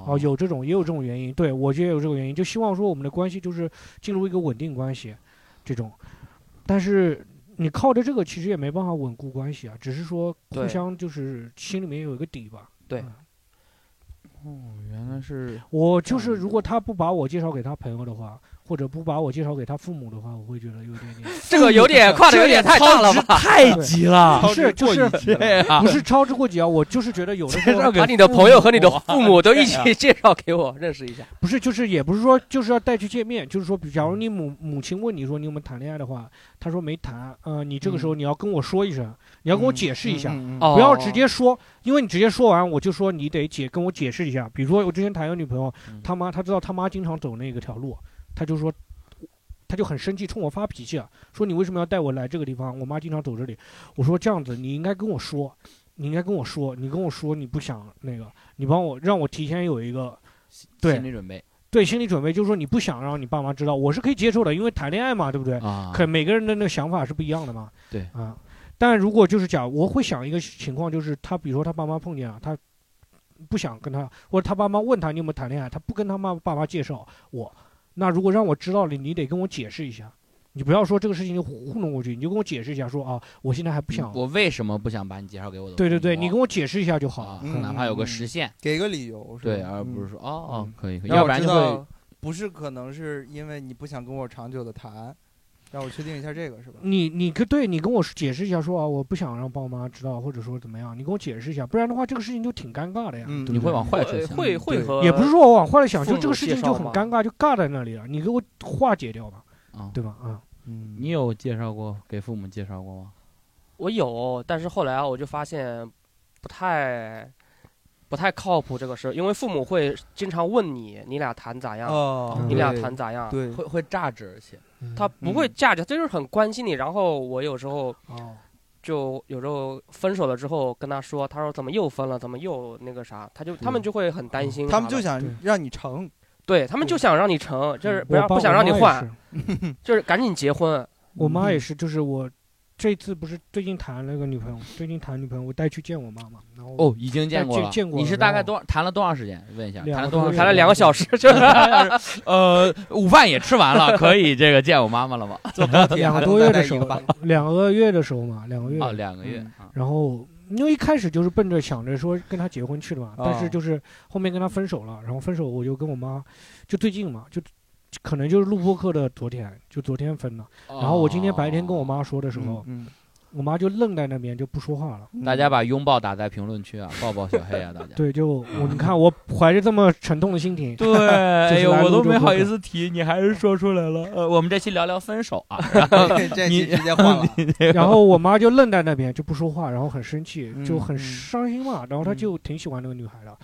Speaker 1: 哦，有这种也有这种原因，对我觉得有这个原因，就希望说我们的关系就是进入一个稳定关系，这种，但是你靠着这个其实也没办法稳固关系啊，只是说互
Speaker 2: 对
Speaker 1: 相就是心里面有一个底吧，
Speaker 2: 对，
Speaker 3: 哦，原来是
Speaker 1: 我
Speaker 4: 嗯
Speaker 1: 就是如果他不把我介绍给他朋友的话，或者不把我介绍给他父母的话，我会觉得有点点
Speaker 2: 这个有点跨的有点太大了 吧？
Speaker 4: 太急了
Speaker 1: 不是就是
Speaker 4: 对啊，
Speaker 1: 不是超之过急啊，我就是觉得有的啊时
Speaker 4: 介绍
Speaker 1: 候
Speaker 4: 给
Speaker 2: 把你的朋友和你的父母都一起介绍给我认识一下。
Speaker 1: 不是就是也不是说就是要带去见面，就是说，比假如你母母亲问你说你有没有谈恋爱的话，他说没谈，呃，你这个时
Speaker 4: 嗯
Speaker 1: 候你要跟我说一声，你要跟我解释一下，
Speaker 3: 嗯嗯嗯
Speaker 2: 哦
Speaker 1: 不要直接说，因为你直接说完我就说你得解跟我解释一下。比如说我之前谈一个女朋友
Speaker 4: 嗯，
Speaker 1: 她妈她知道她妈经常走那个条路，她就说，她就很生气，冲我发脾气啊，说你为什么要带我来这个地方？我妈经常走这里。我说这样子你应该跟我说，你应该跟我说，你跟我说你不想那个，你帮我让我提前有一个对
Speaker 4: 心理准备
Speaker 1: 对心理准备，就是说你不想让你爸妈知道，我是可以接受的，因为谈恋爱嘛，对不对？
Speaker 4: 啊，
Speaker 1: 可每个人的那个想法是不一样的嘛。
Speaker 4: 对
Speaker 1: 啊，但如果就是讲，我会想一个情况，就是他比如说他爸妈碰见啊，他不想跟他，或者他爸妈问他你有没有谈恋爱，他不跟他妈爸妈介绍我，那如果让我知道了，你得跟我解释一下，你不要说这个事情就糊弄过去，你就跟我解释一下，说啊，我现在还不想。
Speaker 4: 嗯我为什么不想把你介绍给我的父母？
Speaker 1: 对对对，你跟
Speaker 4: 我
Speaker 1: 我解释一下就好。
Speaker 4: 啊，
Speaker 3: 嗯
Speaker 4: 哪怕有个实现，
Speaker 3: 给个理由，是吧
Speaker 4: 对，而不是说哦哦
Speaker 3: 嗯
Speaker 4: 可以，可以
Speaker 3: 让
Speaker 4: 要不
Speaker 3: 我
Speaker 4: 然
Speaker 3: 知
Speaker 4: 就会
Speaker 3: 道不是，可能是因为你不想跟我长久的谈，让我确定一下这个是吧？
Speaker 1: 你你跟对你跟我解释一下，说啊，我不想让爸妈知道，或者说怎么样，你跟我解释一下，不然的话这个事情就挺尴尬的呀。
Speaker 3: 嗯
Speaker 1: 对不
Speaker 4: 你
Speaker 1: 对
Speaker 4: 会往坏处
Speaker 2: 会
Speaker 4: 想，
Speaker 2: 会会
Speaker 3: 对
Speaker 2: 和
Speaker 1: 也不是说我往坏了想，就
Speaker 2: 呃父
Speaker 1: 这个
Speaker 2: 母
Speaker 1: 事
Speaker 2: 介
Speaker 1: 情
Speaker 2: 绍
Speaker 1: 就很
Speaker 2: 嘛
Speaker 1: 尴尬，就尬在那里了。你给我化解掉吧，
Speaker 4: 啊。
Speaker 1: 对吧？啊，
Speaker 3: 嗯
Speaker 4: 你有介绍过给父母介绍过吗？
Speaker 2: 我有，但是后来啊我就发现不太不太靠谱这个事，因为父母会经常问你，你俩谈咋样？
Speaker 3: 哦，
Speaker 2: 你俩
Speaker 3: 对
Speaker 2: 谈咋样？
Speaker 3: 对
Speaker 4: 会会榨汁，而且
Speaker 1: 嗯
Speaker 2: 他不会架着，他就是很关心你。然后我有时候
Speaker 1: 哦，
Speaker 2: 就有时候分手了之后跟他说，他说怎么又分了，怎么又那个啥，他就他
Speaker 1: 嗯
Speaker 2: 们就会很担心
Speaker 3: 嗯
Speaker 2: 啥的。
Speaker 3: 他们就想嗯
Speaker 1: 对
Speaker 3: 让你成，
Speaker 2: 对他们就想让你成，就是
Speaker 1: 嗯
Speaker 2: 不
Speaker 1: 我
Speaker 2: 让
Speaker 1: 爸
Speaker 2: 不想
Speaker 1: 我
Speaker 2: 让你
Speaker 1: 妈也
Speaker 2: 换，嗯
Speaker 1: 是。
Speaker 2: 就是赶紧结婚。
Speaker 1: 我妈也是，就是我这次不是最近谈了个女朋友，最近谈女朋友，我带去见我妈妈，然后
Speaker 4: 哦，已经见过
Speaker 1: 哎见
Speaker 4: 了。
Speaker 1: 见过
Speaker 4: 你
Speaker 1: 了
Speaker 4: 是大
Speaker 1: 然
Speaker 4: 概
Speaker 1: 后
Speaker 4: 多谈了多长时间？问一下，
Speaker 1: 两
Speaker 4: 谈了
Speaker 1: 个多
Speaker 4: 多长时
Speaker 2: 我
Speaker 1: 月
Speaker 4: 间？
Speaker 2: 谈了两个小时， 就是
Speaker 4: 呃，午饭也吃完了，可以这个见我妈妈了吗？
Speaker 1: 两个多月的时候，两个月的时候嘛，两个月
Speaker 4: 啊，，两个月啊，
Speaker 1: 然后。因为一开始就是奔着想着说跟他结婚去的嘛，但
Speaker 3: 哦
Speaker 2: 啊
Speaker 1: 是就是后面跟他分手了，然后分手我就跟我妈，就最近嘛，就可能就是录播课的昨天，就昨天分的。
Speaker 2: 啊
Speaker 4: 啊
Speaker 1: 然后我今天白天跟我妈说的时候，
Speaker 3: 嗯，
Speaker 1: 我妈就愣在那边就不说话了。
Speaker 4: 嗯大家把拥抱打在评论区啊，抱抱小黑啊，大家。
Speaker 1: 对，就我你看，我怀着这么沉痛的心情，
Speaker 4: 对，哎
Speaker 1: 就是
Speaker 4: 呦，
Speaker 1: 来
Speaker 4: 我
Speaker 1: 录
Speaker 4: 都
Speaker 1: 这
Speaker 4: 没
Speaker 1: 个
Speaker 4: 好
Speaker 1: 播
Speaker 4: 意
Speaker 1: 客
Speaker 4: 思提，你还是说出来了。呃，我们这期聊聊分手啊，
Speaker 3: 嗯 这期直接换了，嗯
Speaker 1: 然后我妈就愣在那边就不说话，然后很生气，
Speaker 3: 嗯
Speaker 1: 就很
Speaker 3: 嗯
Speaker 1: 伤心嘛。然后她
Speaker 3: 嗯
Speaker 1: 就挺喜欢那个女孩的，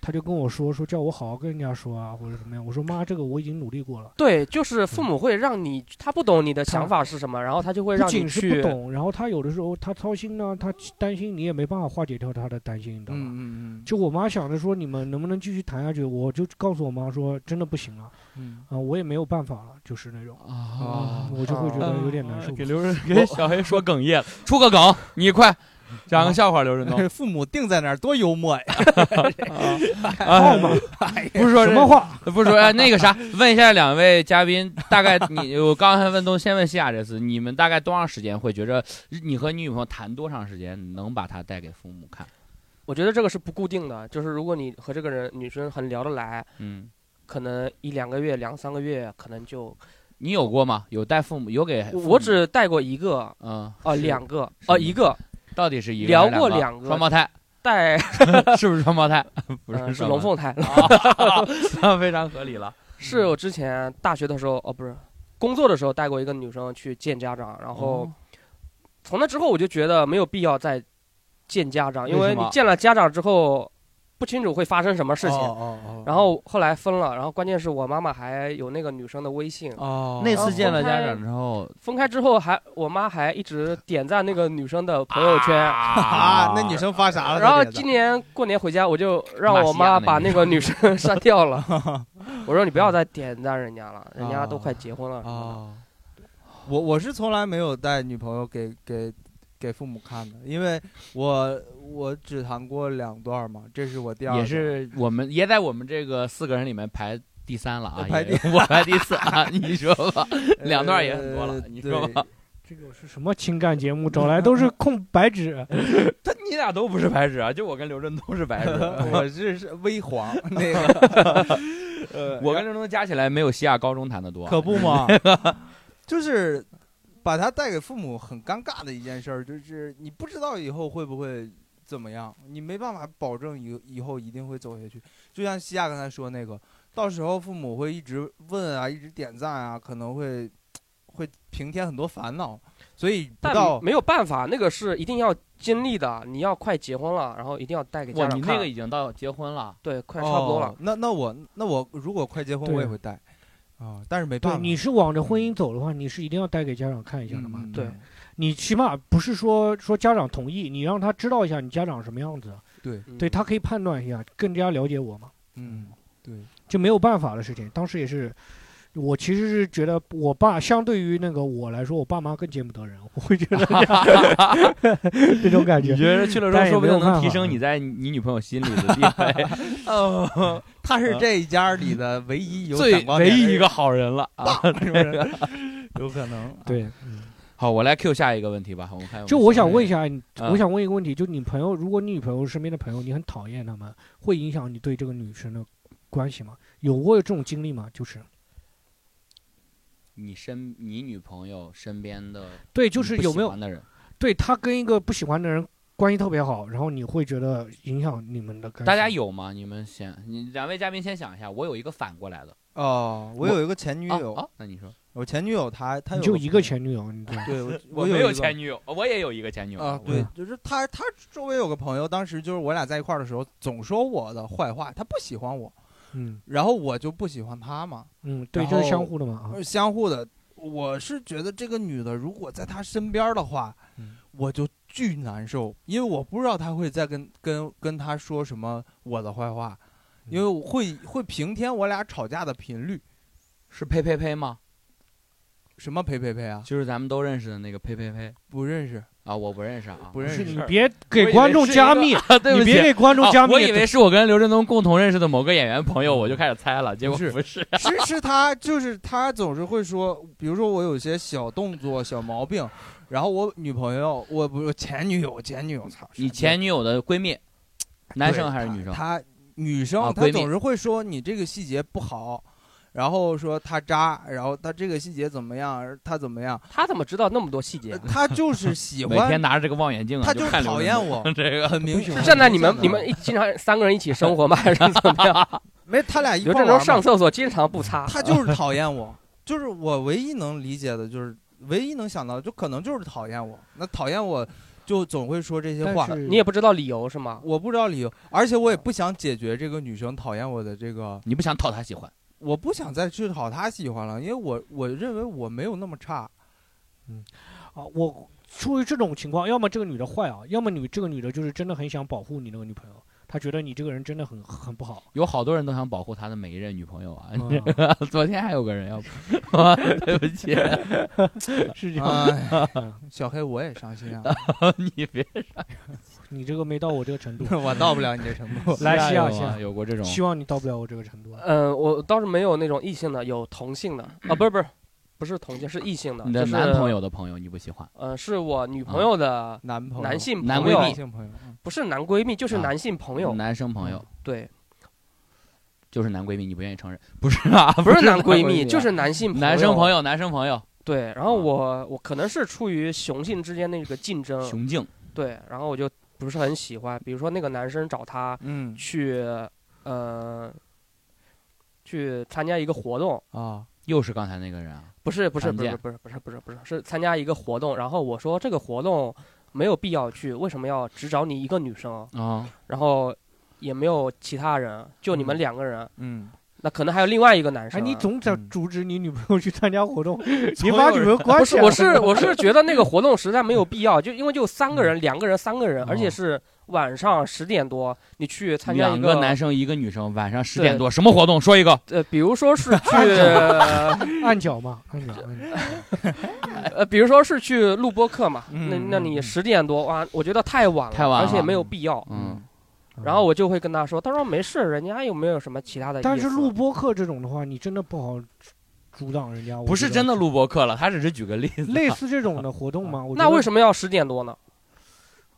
Speaker 1: 她就跟我说说叫我好好跟人家说啊，或者怎么样。我说妈，这个我已经努力过了，
Speaker 2: 对，就是父母会让你，他不懂你的想法是什么，然后他就会
Speaker 1: 不
Speaker 2: 让你
Speaker 1: 仅是
Speaker 2: 去
Speaker 1: 不懂，然后她有的时候她操心呢，她担心你也没办法化解掉她的担心，你知道吗？
Speaker 3: 嗯嗯
Speaker 1: 就我妈想着说你们能不能继续谈下去，我就告诉我妈说真的不行了啊、
Speaker 3: 嗯，
Speaker 1: 我也没有办法了，就是那种。嗯
Speaker 4: 啊，
Speaker 1: 我就会觉得有点难受。
Speaker 4: 给刘仁给小黑说哽咽了，出个梗，你快讲个笑话，刘仁 东。
Speaker 3: 嗯父母定在那儿多幽默呀，
Speaker 4: 啊，不是说
Speaker 1: 哎什
Speaker 4: 这
Speaker 1: 么话？
Speaker 4: 不是说哎那个啥，问一下两位嘉宾，大概你我刚才问东，先问西亚这次，你们大概多长时间会觉着你和你女朋友谈多长时间能把她带给父母看？
Speaker 2: 我觉得这个是不固定的，就是如果你和这个人女生很聊得来，
Speaker 4: 嗯，
Speaker 2: 可能一两个月、两三个月，可能就
Speaker 4: 你有过吗？有带父母有给父母
Speaker 2: 我只带过一个，
Speaker 4: 嗯
Speaker 2: 呃，
Speaker 4: 是
Speaker 2: 两个，
Speaker 4: 是
Speaker 2: 呃，
Speaker 4: 吗
Speaker 2: 一个
Speaker 4: 到底是一个
Speaker 2: 聊
Speaker 4: 还是
Speaker 2: 过
Speaker 4: 两
Speaker 2: 两个
Speaker 4: 双胞胎
Speaker 2: 带
Speaker 4: 是不是双胞胎？不
Speaker 2: 呃是
Speaker 4: 双胞
Speaker 2: 龙凤胎，
Speaker 4: 胎，非常合理了。
Speaker 2: 是
Speaker 4: 嗯
Speaker 2: 我之前大学的时候，哦，不是工作的时候带过一个女生去见家长，然
Speaker 4: 哦
Speaker 2: 后从那之后我就觉得没有必要再见家长，因
Speaker 4: 为
Speaker 2: 为
Speaker 4: 什么
Speaker 2: 你见了家长之后不清楚会发生什么
Speaker 4: 哦
Speaker 2: 事情。
Speaker 3: 情
Speaker 2: 然后后来分了，然后关键是我妈妈还有那个女生的微信。
Speaker 3: 哦，
Speaker 4: 那
Speaker 2: 然后
Speaker 4: 次见了
Speaker 2: 分
Speaker 4: 家
Speaker 2: 开
Speaker 4: 长之后，
Speaker 2: 分开之后还，我妈还一直点赞那个女生的朋友圈。
Speaker 4: 啊
Speaker 3: 啊，那女生发啥了？
Speaker 2: 然后
Speaker 3: 特别的
Speaker 2: 今年过年回家，我就让我
Speaker 4: 马西亚那
Speaker 2: 妈
Speaker 4: 个
Speaker 2: 把那个女生 删掉 了。我说你不要再点赞人家了，人家
Speaker 4: 哦
Speaker 2: 都快结婚了什么
Speaker 3: 哦，我我是从来没有带女朋友给给给父母看的，因为我我只谈过两段嘛，这是我第二
Speaker 4: 也
Speaker 3: 个
Speaker 4: 是 我们也在我们这个四个人里面排第三了啊，
Speaker 3: 排
Speaker 4: 也我排第四啊，你说吧，两段也很多了
Speaker 3: 呃
Speaker 4: 你说吧
Speaker 3: 对
Speaker 1: 这个是什么情感节目？找来都是空白 纸。
Speaker 4: 他你俩都不是白纸啊，就我跟刘振东是白纸，
Speaker 3: 我这是微黄那个，呃
Speaker 4: 我跟刘振东加起来没有西亚高中谈的多啊。
Speaker 5: 可不嘛，
Speaker 3: 就是把他带给父母很尴尬的一件事儿，就是你不知道以后会不会怎么样，你没办法保证以以后一定会走下去。就像西亚刚才说那个，到时候父母会一直问啊，一直点赞啊，可能会会平添很多烦恼，所以不
Speaker 2: 但
Speaker 3: 到
Speaker 2: 没有办法，那个是一定要经历的。你要快结婚了，然后一定要带给
Speaker 4: 哇，
Speaker 2: 家
Speaker 4: 你
Speaker 2: 长
Speaker 4: 那
Speaker 2: 看
Speaker 4: 个。已经到结婚了，
Speaker 2: 对，快差不多了
Speaker 3: 哦。那那我那我如果快结婚，
Speaker 1: 对
Speaker 3: 我也会带啊、但是没办
Speaker 1: 对，
Speaker 3: 法，
Speaker 1: 你是往着婚姻走的话，你是一定要带给家长看一下的嘛。
Speaker 3: 嗯
Speaker 2: 对
Speaker 1: 你起码不是说说家长同意，你让他知道一下你家长什么样子，
Speaker 3: 对，
Speaker 2: 嗯
Speaker 1: 对他可以判断一下，更加了解我嘛。
Speaker 3: 嗯对，
Speaker 1: 就没有办法的事情。当时也是，我其实是觉得我爸相对于那个我来说，我爸妈更见不得人，我会觉得这样 这种感
Speaker 4: 你
Speaker 1: 觉。
Speaker 4: 觉得去了之后，
Speaker 1: 但也
Speaker 4: 说不
Speaker 1: 没
Speaker 4: 定
Speaker 1: 有办
Speaker 4: 能提
Speaker 1: 法
Speaker 4: 升你在你女朋友心里的地位，
Speaker 3: 哦， 他是这一家里的唯一有
Speaker 4: 最
Speaker 3: 闪光
Speaker 4: 唯
Speaker 3: 点的
Speaker 4: 一一
Speaker 3: 人
Speaker 4: 个好人了啊！
Speaker 3: 是不是？有可能。
Speaker 1: 对，
Speaker 4: 好，我来 Q 下一个问题吧，啊我们看有没有
Speaker 1: 就我想问一下，哎你
Speaker 4: 嗯
Speaker 1: 我想问一个问题，就你朋友，如果你女朋友身边的朋友，你很讨厌他们，会影响你对这个女生的关系吗？有过这种经历吗？就是
Speaker 4: 你身你女朋友身边的
Speaker 1: 对，就是
Speaker 4: 嗯你不
Speaker 1: 有没
Speaker 4: 喜
Speaker 1: 有
Speaker 4: 欢的人？
Speaker 1: 对他跟一个不喜欢的人关系特别好，然后你会觉得影响你们的感情？
Speaker 4: 大家有吗？你们先，你两位嘉宾先想一下，我有一个反过来的
Speaker 3: 哦，我有一个前女
Speaker 4: 啊
Speaker 3: 友，
Speaker 4: 啊，那你说，
Speaker 3: 我前女友她她
Speaker 1: 你
Speaker 3: 有
Speaker 1: 就
Speaker 3: 个
Speaker 1: 一
Speaker 3: 朋
Speaker 1: 个
Speaker 3: 友，
Speaker 1: 前女友，你知道吗？
Speaker 3: 对我
Speaker 4: 我
Speaker 3: 有
Speaker 4: 没
Speaker 3: 一
Speaker 4: 有
Speaker 3: 个
Speaker 4: 前女友，我也有一个前女友
Speaker 3: 啊，
Speaker 4: 我
Speaker 3: 对
Speaker 1: 嗯，
Speaker 3: 就是她她周围有个朋友，当时就是我俩在一块儿的时候，总说我的坏话，她不喜欢我，
Speaker 1: 嗯
Speaker 3: 然后我就不喜欢她嘛，
Speaker 1: 嗯，对，
Speaker 3: 然
Speaker 1: 这是相
Speaker 3: 后
Speaker 1: 互的嘛啊。
Speaker 3: 相互的。我是觉得这个女的如果在她身边的话，
Speaker 1: 嗯
Speaker 3: 我就巨难受，因为我不知道她会再跟跟跟她说什么我的坏话，
Speaker 4: 嗯
Speaker 3: 因为我会会平添我俩吵架的频率。
Speaker 4: 是呸呸呸吗？
Speaker 3: 什么呸呸呸啊！
Speaker 4: 就是咱们都认识的那个呸呸呸
Speaker 3: 不认 识，
Speaker 4: 啊，我不认识啊，
Speaker 3: 不
Speaker 1: 不
Speaker 3: 认
Speaker 1: 是
Speaker 3: 识。
Speaker 1: 你
Speaker 4: 识
Speaker 1: 别给
Speaker 4: 为
Speaker 1: 观众
Speaker 4: 是一
Speaker 1: 加
Speaker 4: 个啊
Speaker 1: 密，
Speaker 4: 对不
Speaker 1: 你
Speaker 4: 起
Speaker 1: 别。给观众
Speaker 4: 啊
Speaker 1: 加密。
Speaker 4: 我以为是我跟刘振东共同认识的某个演员朋友，我就开始猜了，结果
Speaker 3: 不是
Speaker 4: 嗯不是。
Speaker 3: 是是他，就是他总是会说，比如说我有些小动作、小毛病，然后我女朋友，我不我前女友，前女友，操，
Speaker 4: 你前女友的闺蜜，男生还是女生？
Speaker 3: 她女生，
Speaker 4: 啊
Speaker 3: 她
Speaker 4: 闺蜜
Speaker 3: 总是会说你这个细节不好，然后说她渣，然后她这个细节怎么样，她怎么样，
Speaker 2: 他怎么知道那么多细节
Speaker 3: 呃？ 她就是喜
Speaker 4: 每天
Speaker 3: 欢，
Speaker 4: 拿着这个望远镜啊，
Speaker 3: 她
Speaker 4: 就
Speaker 3: 就是
Speaker 4: 看刘
Speaker 3: 讨
Speaker 4: 振
Speaker 3: 厌
Speaker 4: 东
Speaker 3: 我，
Speaker 4: 这个。
Speaker 3: 很明
Speaker 1: 不喜
Speaker 3: 显。
Speaker 1: 欢
Speaker 2: 是站在你们
Speaker 3: 很明
Speaker 2: 你
Speaker 3: 显
Speaker 2: 们一经常三个人一起生活 吗？还是怎 么样？
Speaker 3: 没他俩一
Speaker 2: 刘
Speaker 3: 块
Speaker 2: 振
Speaker 3: 儿
Speaker 2: 东
Speaker 3: 玩嘛
Speaker 2: 上厕所经常不擦。
Speaker 3: 他就是讨厌我，就是我唯一能理解的，就是唯一能想到，就可能就是讨厌我。那讨厌我，就总会说这些
Speaker 1: 但
Speaker 3: 话，
Speaker 1: 是
Speaker 2: 你也不知道理由是吗？
Speaker 3: 我不知道理由，而且我也不想解决这个女生讨厌我的这个，
Speaker 4: 你不想讨她喜欢，
Speaker 3: 我不想再去讨她喜欢了，因为我我认为我没有那么差。
Speaker 1: 啊，我出于这种情况，要么这个女的坏啊，要么你这个女的就是真的很想保护你那个女朋友，她觉得你这个人真的很很不 好。
Speaker 4: 有好多人都想保护他的每一任女朋友啊。
Speaker 1: 嗯
Speaker 4: 昨天还有个人要， 对不起，啊
Speaker 1: 是这样，
Speaker 3: 哎，小黑我也伤心啊，，
Speaker 4: 你别
Speaker 1: 你这个没到我这个 程度
Speaker 3: 我到不了你这程度。
Speaker 1: 来西亚
Speaker 4: 有
Speaker 1: 西
Speaker 4: 啊
Speaker 1: 亚，
Speaker 4: 有过这种
Speaker 1: 希望你到不了我这个程度啊。
Speaker 2: 嗯，我倒是没有那种异性的，有同性的啊，不是不是，不是同性，是异性的。
Speaker 4: 你的
Speaker 2: 就是
Speaker 4: 男朋？友的朋友你不喜欢，
Speaker 2: 呃，是我女朋友的
Speaker 3: 男朋友，
Speaker 2: 男性
Speaker 4: 男
Speaker 2: 朋
Speaker 4: 闺
Speaker 2: 友，
Speaker 4: 蜜
Speaker 3: 男性朋友，嗯
Speaker 2: 不是男闺蜜，就是
Speaker 4: 啊
Speaker 2: 男性朋友。嗯
Speaker 4: 男生朋友
Speaker 2: 对，
Speaker 4: 就是男闺蜜，你不愿意承认，不是啊，
Speaker 2: 不是男
Speaker 4: 男
Speaker 2: 闺
Speaker 4: 蜜
Speaker 2: 蜜，
Speaker 4: 啊，
Speaker 2: 就是男性
Speaker 4: 男生朋
Speaker 2: 友。
Speaker 4: 友，男生朋友，
Speaker 2: 对，然后我我可能是出于雄性之间那个竞争，
Speaker 4: 雄竞，
Speaker 2: 对，然后我就不是很喜欢。比如说那个男生找她
Speaker 3: 嗯
Speaker 2: 去，呃，去参加一个活动，
Speaker 3: 啊，
Speaker 4: 又是刚才那个人啊，
Speaker 2: 不是不是
Speaker 4: 团
Speaker 2: 不是
Speaker 4: 建
Speaker 2: 不是不是不是不是是参加一个活动，然后我说这个活动没有必要去，为什么要只找你一个女生？
Speaker 4: 啊，
Speaker 2: 然后也没有其他人，就你们
Speaker 3: 嗯
Speaker 2: 两个人，
Speaker 3: 嗯，
Speaker 2: 那可能还有另外一个男
Speaker 1: 哎，
Speaker 2: 生啊。
Speaker 1: 你总在
Speaker 3: 嗯
Speaker 1: 阻止你女朋友去参加活 动，你
Speaker 3: 总
Speaker 1: 把
Speaker 3: 有
Speaker 1: 女朋
Speaker 3: 人
Speaker 1: 友关
Speaker 2: 不
Speaker 1: 起
Speaker 2: 是，
Speaker 1: 来
Speaker 2: 我
Speaker 1: 了。
Speaker 2: 是我是觉得那个活动实在没有必要，就因为就三个人、两个人、三个人，而且
Speaker 4: 哦
Speaker 2: 是晚上十点多，你去参加
Speaker 4: 两
Speaker 2: 一
Speaker 4: 个男生一个女生，晚上十
Speaker 2: 对
Speaker 4: 点多什么活动？说一个，
Speaker 2: 呃，比如说是去
Speaker 1: 按脚嘛，按脚。按 脚
Speaker 2: 呃，比如说是去录播课嘛，
Speaker 3: 嗯
Speaker 2: 那那
Speaker 3: 嗯
Speaker 2: 你
Speaker 3: 嗯
Speaker 2: 十点多哇，我觉得太晚了，
Speaker 4: 太晚
Speaker 2: 而且
Speaker 4: 了
Speaker 2: 没有必要。
Speaker 4: 嗯，
Speaker 2: 然后我就会跟他说，他说没事，人家又没有什么其他的意思。
Speaker 1: 但是录播课这种的话，你真的不好阻挡人家。我
Speaker 4: 不是
Speaker 1: 觉得
Speaker 4: 真的录播课了，他只是举个例子。
Speaker 1: 类似这种的活动吗？我
Speaker 2: 啊
Speaker 1: 啊
Speaker 2: 那为
Speaker 1: 什
Speaker 2: 什么要十点多呢？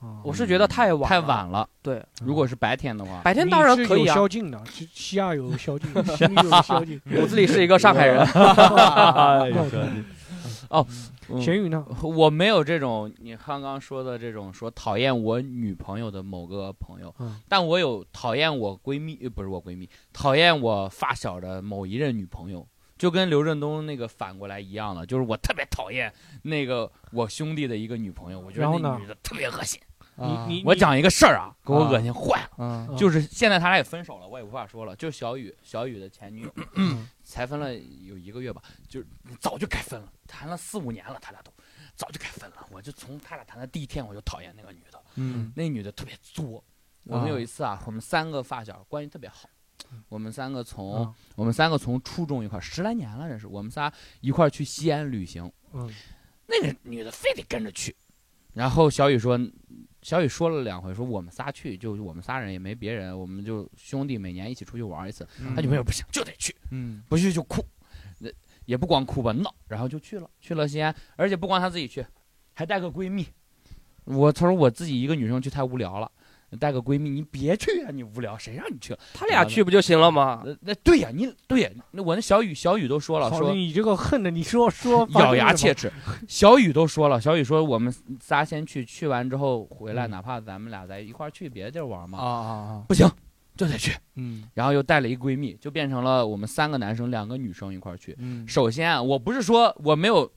Speaker 1: 么
Speaker 2: 我是觉得太晚，
Speaker 4: 太。晚了。嗯
Speaker 2: 对，
Speaker 4: 如果是白天的话，
Speaker 2: 白天当然可以
Speaker 1: 有
Speaker 2: 啊。
Speaker 1: 宵禁的，西西亚有宵 禁，西域有宵禁。
Speaker 2: 骨子里是一个上海人，
Speaker 4: 哎嗯
Speaker 1: 哦咸鱼呢？
Speaker 4: 我没有这种你刚刚说的这种说讨厌我女朋友的某个朋友，
Speaker 1: 嗯
Speaker 4: 但我有讨厌我闺蜜，呃不是我闺蜜，讨厌我发小的某一任女朋友，就跟刘振东那个反过来一样的，就是我特别讨厌那个我兄弟的一个女朋友，我觉
Speaker 1: 然
Speaker 4: 得
Speaker 1: 后
Speaker 4: 那
Speaker 1: 呢
Speaker 4: 女的特别恶心。
Speaker 1: 你你
Speaker 4: 我，讲一个事儿啊，给我恶心坏了。
Speaker 3: 嗯
Speaker 1: 嗯
Speaker 4: 就是现在他俩也分手了，我也无话说了。就是小雨，小雨的前女友， 才分了有一个月吧，就是早就该分了，谈了四五年了，他俩都早就该分了。我就从他俩谈的第一天，我就讨厌那个女的，
Speaker 3: 嗯
Speaker 4: 那女的特别作。我们有一次啊，我嗯们三个发小关系特别好，我们三个从、
Speaker 1: 啊
Speaker 4: 我们三个从初中一块儿十来年了认识，我们仨一块儿去西安旅行，
Speaker 1: 嗯
Speaker 4: 那个女的非得跟着去。然后小雨说，小雨说了两回，说我们仨去，就我们仨人也没别人，我们就兄弟每年一起出去玩一次。他女朋友不行，就得去，
Speaker 3: 嗯
Speaker 4: 嗯不去就哭，那也不光哭吧，闹，然后就去了，去了西安，而且不光她自己去，还带个闺蜜。我她说我自己一个女生去太无聊了，带个闺蜜，你别去啊，你无聊，谁让你去了？
Speaker 2: 他俩去不就行了吗？
Speaker 4: 那那对呀、你对呀、那我那小雨小雨都说了，
Speaker 1: 好
Speaker 4: 说
Speaker 1: 你这个恨的，你说 说，
Speaker 4: 咬牙切齿。小雨都说了，小雨说我们仨先去，去完之后回来，
Speaker 1: 嗯
Speaker 4: 哪怕咱们俩在一块儿去别的地儿玩
Speaker 3: 啊
Speaker 4: 嘛，
Speaker 3: 啊啊，
Speaker 4: 不行，就得去。
Speaker 3: 嗯
Speaker 4: 然后又带了一闺蜜，就变成了我们三个男生两个女生一块儿去。
Speaker 3: 嗯
Speaker 4: 首先啊，我不是说我没有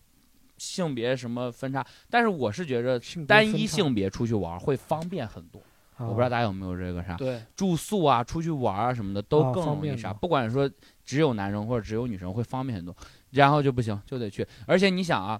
Speaker 4: 性别什么分叉，但是我是觉着单一性别啊出去玩儿会方便很多。
Speaker 1: 我
Speaker 4: 我不知道大家有没有这个啥
Speaker 2: 对，
Speaker 4: 住宿啊、出去玩啊什么的
Speaker 1: 啊
Speaker 4: 都更
Speaker 1: 方
Speaker 4: 容
Speaker 1: 便
Speaker 4: 易啥，
Speaker 1: 的
Speaker 4: 不管说只有男生或者只有女生会方便很多，然后就不行就得去，而且你想啊，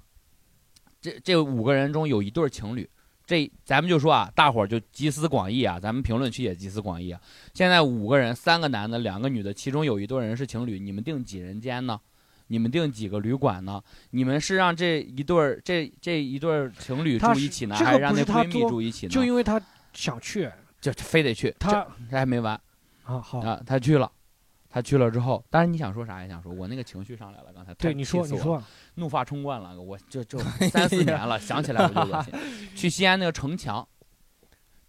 Speaker 4: 这这五个人中有一对儿情侣，这咱们就说啊，大伙儿就集思广益啊，咱们评论区也集思广益啊。现在五个人，三个男的，两个女的，其中有一对人是情侣，你们订几人间呢？你们订几个旅馆呢？你们是让这一对儿这这一对儿情侣
Speaker 1: 他
Speaker 4: 住一
Speaker 1: 是
Speaker 4: 起呢，
Speaker 1: 这个
Speaker 4: 还是让
Speaker 1: 不
Speaker 4: 那
Speaker 1: 是他
Speaker 4: 闺蜜
Speaker 1: 作
Speaker 4: 住一起呢？
Speaker 1: 就因为他想去，
Speaker 4: 就非得去，
Speaker 1: 他
Speaker 4: 这还没完。
Speaker 1: 啊好，
Speaker 4: 啊，他去了，他去了之后，当然你想说啥也想说，我那个情绪上来了，刚才
Speaker 1: 对
Speaker 4: 太
Speaker 1: 你
Speaker 4: 气
Speaker 1: 说
Speaker 4: 死
Speaker 1: 你
Speaker 4: 我
Speaker 1: 说哎
Speaker 4: 了，怒发冲冠了，我 这这三四年了，想起来我就恶心。去西安那个城墙，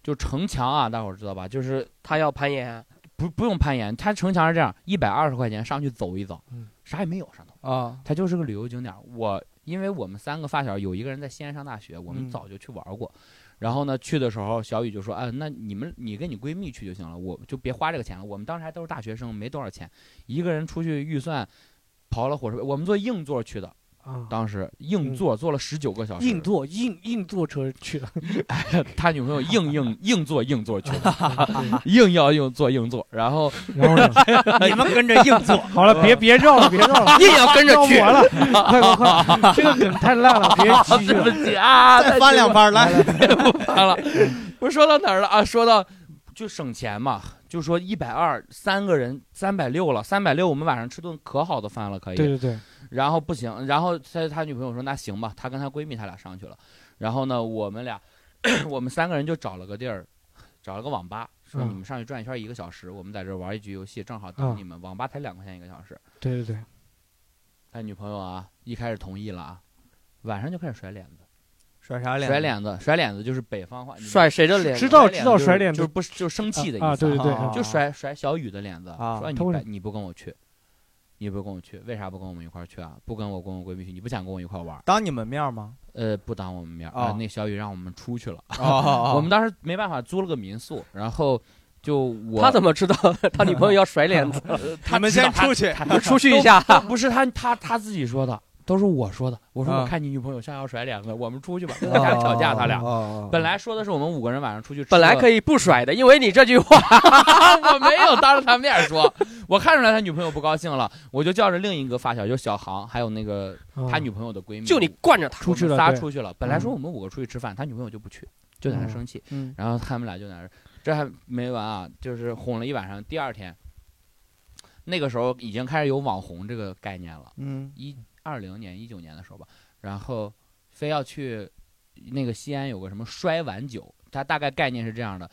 Speaker 4: 就城墙啊，大伙儿知道吧？就是
Speaker 2: 他要攀岩，
Speaker 4: 不不用攀岩，它城墙是这样，一百二十块钱上去走一走，
Speaker 1: 嗯
Speaker 4: 啥也没有上头，
Speaker 3: 啊
Speaker 4: 它就是个旅游景点儿。我因为我们三个发小有一个人在西安上大学，我们
Speaker 3: 嗯
Speaker 4: 早就去玩过。然后呢，去的时候小雨就说：“啊，那你们你跟你闺蜜去就行了，我就别花这个钱了。我们当时还都是大学生，没多少钱，一个人出去预算，刨了伙食费。我们坐硬座去的，
Speaker 1: 啊，
Speaker 4: 当时
Speaker 5: 嗯
Speaker 4: 硬座坐了十九个小时。
Speaker 1: 硬坐硬硬坐车去 了，
Speaker 4: 他女朋友 硬硬硬座硬座去的，硬要硬坐硬座，然后
Speaker 1: 然后呢？
Speaker 5: 你们跟着硬做，
Speaker 1: 好了，别别绕了，别绕了
Speaker 4: ，硬要 跟着
Speaker 1: 绕
Speaker 4: 去
Speaker 1: 我。 了，快快快，这个梗太烂了，别继续
Speaker 4: 对不
Speaker 1: 了。
Speaker 4: 起 啊，
Speaker 5: 再翻两番儿来。
Speaker 4: 完了，不是说到哪儿了啊？说到就省钱嘛，就说一百二，三个人三百六了，三百六我们晚上吃顿可好的饭了，可
Speaker 1: 对对
Speaker 4: 以。
Speaker 1: 对，
Speaker 4: 然后不行，然后他他女朋友说那行吧，他跟他闺蜜他俩上去了，然后呢，我们俩 我们三个人就找了个地儿，找了个网吧，说
Speaker 1: 嗯
Speaker 4: 你们上去转一圈一个小时，我们在这儿玩一局游戏，正好
Speaker 1: 嗯
Speaker 4: 等你们。网吧才两块钱一个小时。
Speaker 1: 对对对，
Speaker 4: 他女朋友啊，一开始同意了啊，晚上就开始甩脸子，
Speaker 3: 甩啥脸？
Speaker 4: 甩脸子，甩脸子就是北方话，你们
Speaker 2: 甩谁的脸？
Speaker 1: 知道知道
Speaker 4: 就是
Speaker 1: 甩脸
Speaker 4: 就是
Speaker 1: 子
Speaker 4: 不是就是生气的意思
Speaker 1: 啊，对对对，啊
Speaker 3: 啊
Speaker 4: 就甩甩小雨的脸子，
Speaker 3: 啊
Speaker 4: 说哎你
Speaker 1: 他为
Speaker 4: 不
Speaker 1: 什
Speaker 4: 你不跟我去，你不跟我去，为啥不跟我们一块儿去啊？不跟我跟我闺蜜去，你不想跟我一块儿玩儿？
Speaker 3: 当你们面吗？
Speaker 4: 呃，不当我们面儿
Speaker 3: 啊
Speaker 4: 啊，那小雨让我们出去了，
Speaker 3: 啊
Speaker 4: 我们当时没办法租了个民宿，然后就我呃
Speaker 2: 他怎么知道他女朋友要甩 脸子？
Speaker 4: 他
Speaker 3: 你们
Speaker 4: 知道
Speaker 3: 先
Speaker 4: 他
Speaker 3: 出去
Speaker 4: 他
Speaker 2: 你出去一下，
Speaker 4: 都不是他他他自己说的，都是我说的。我说
Speaker 3: 啊
Speaker 4: 我看你女朋友像要甩脸子，我们出去吧，跟他俩吵架，他
Speaker 3: 啊
Speaker 4: 俩。本来说的是我们五个人晚上出去吃个，
Speaker 2: 本来可以不甩的，因为你这句
Speaker 1: 嗯
Speaker 2: 话，
Speaker 4: 我没有当着他面说，我看出来他女朋友不高兴了，我就叫着另一个发小，就是小航，还有那个
Speaker 1: 啊
Speaker 4: 他女朋友的闺蜜，
Speaker 2: 就你惯着他。
Speaker 1: 出去
Speaker 4: 我
Speaker 1: 了，
Speaker 4: 们仨
Speaker 1: 对嗯哦
Speaker 4: 出去了。本来说我们五个出去吃饭，他女朋友就不去，就在那生气，
Speaker 3: 嗯
Speaker 4: 然后他们俩就在那儿，这还没完啊，就是哄了一晚上。第二天，那个时候已经开始有网红这个概念了，
Speaker 3: 嗯
Speaker 4: 一二零年、一九年的时候吧，然后非要去那个西安有个什么摔碗酒，它大概概念是这样的，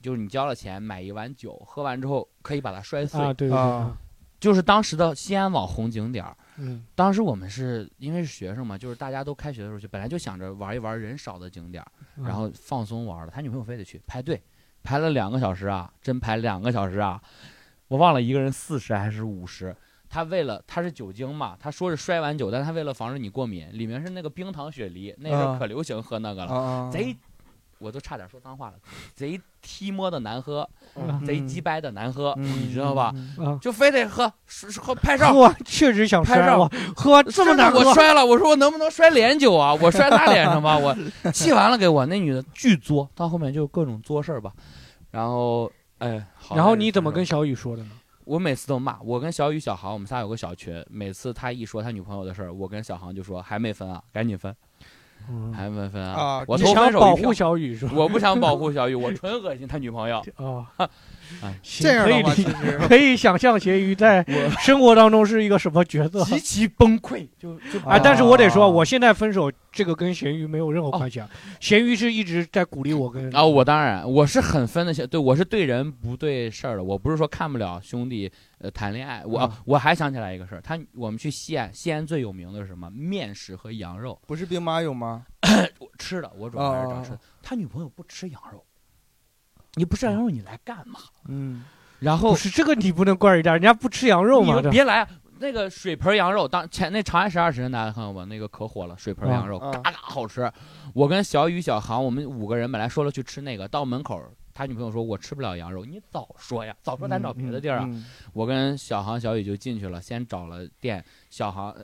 Speaker 4: 就是你交了钱买一碗酒，喝完之后可以把它摔碎，
Speaker 1: 啊，对对对
Speaker 3: 啊，
Speaker 4: 就是当时的西安网红景点儿。
Speaker 1: 嗯
Speaker 4: 当时我们是因为是学生嘛，就是大家都开学的时候去，本来就想着玩一玩人少的景点儿，
Speaker 1: 嗯
Speaker 4: 然后放松玩儿了。他女朋友非得去排队，排了两个小时啊，真排两个小时啊，我忘了一个人四十还是五十。他为了他是酒精嘛，他说是摔完酒，但他为了防止你过敏，里面是那个冰糖雪梨，那时候
Speaker 3: 啊
Speaker 4: 可流行喝那个了。
Speaker 3: 啊，
Speaker 4: 贼，我都差点说脏话了，贼踢摸的难喝，
Speaker 1: 嗯
Speaker 4: 贼鸡掰的难喝，
Speaker 3: 嗯，
Speaker 4: 你知道吧？
Speaker 3: 嗯？
Speaker 1: 啊，
Speaker 4: 就非得喝，是是喝拍照
Speaker 1: 喝。完确实想
Speaker 4: 拍
Speaker 1: 摔
Speaker 4: 照
Speaker 1: 我，喝完这么
Speaker 4: 真的
Speaker 1: 难喝
Speaker 4: 我，摔了，我说我能不能摔脸酒啊？我摔他脸上 吧，我气完了给我那女的巨作，到后面就各种作事儿吧，然后哎，好
Speaker 1: 然
Speaker 4: 还
Speaker 1: 后
Speaker 4: 是
Speaker 1: 你怎么
Speaker 4: 分手
Speaker 1: 跟小雨说的呢？
Speaker 4: 我每次都骂我跟小雨、小航，我们仨有个小群，每次他一说他女朋友的事儿，我跟小航就说还没分啊，赶紧分，
Speaker 1: 嗯，
Speaker 4: 还没分
Speaker 3: 啊
Speaker 4: 哎我
Speaker 1: 你
Speaker 4: 投
Speaker 1: 想
Speaker 4: 分手
Speaker 1: 保
Speaker 4: 一票
Speaker 1: 护小雨是吧？
Speaker 4: 我不想保护小雨，我纯恶心他女朋友。
Speaker 1: 啊，
Speaker 4: 哎
Speaker 1: 行
Speaker 3: 这样
Speaker 1: 可
Speaker 3: 的
Speaker 1: 以
Speaker 3: 话，
Speaker 1: 理
Speaker 3: 其
Speaker 1: 解
Speaker 3: 实
Speaker 1: 可以想象咸鱼在生活当中是一个什么角色
Speaker 4: 极其崩溃，就就
Speaker 1: 啊！但是我得说，
Speaker 3: 啊
Speaker 1: 我现在分手这个跟咸鱼没有任何关系啊，咸鱼是一直在鼓励我跟
Speaker 4: 哦 啊，我当然我是很分得清，对我是对人不对事儿的，我不是说看不了兄弟呃谈恋爱，我、
Speaker 1: 啊
Speaker 4: 我还想起来一个事儿，他我们去西安，西安最有名的是什么？面食和羊肉，
Speaker 3: 不是兵马俑吗？
Speaker 4: 我吃的我主要还是找吃的，他女朋友不吃羊肉，哦你不吃羊肉你来干嘛？
Speaker 3: 嗯，
Speaker 4: 然后
Speaker 1: 不是这个你不能怪人家，人家不吃羊肉
Speaker 4: 你
Speaker 1: 嘛，
Speaker 4: 们
Speaker 1: 这
Speaker 4: 别来啊。那个水盆羊肉，当前那《长安十二时辰》大家看过吧？那个可火了，水盆羊肉
Speaker 3: 啊啊
Speaker 4: 嘎嘎好吃。我跟小雨、小航，我们五个人本来说了去吃那个，到门口他女朋友说：“我吃不了羊肉。”你早说呀，早说咱找别的地儿啊！
Speaker 3: 嗯。嗯
Speaker 4: 我跟小航、小雨就进去了，先找了店。小航、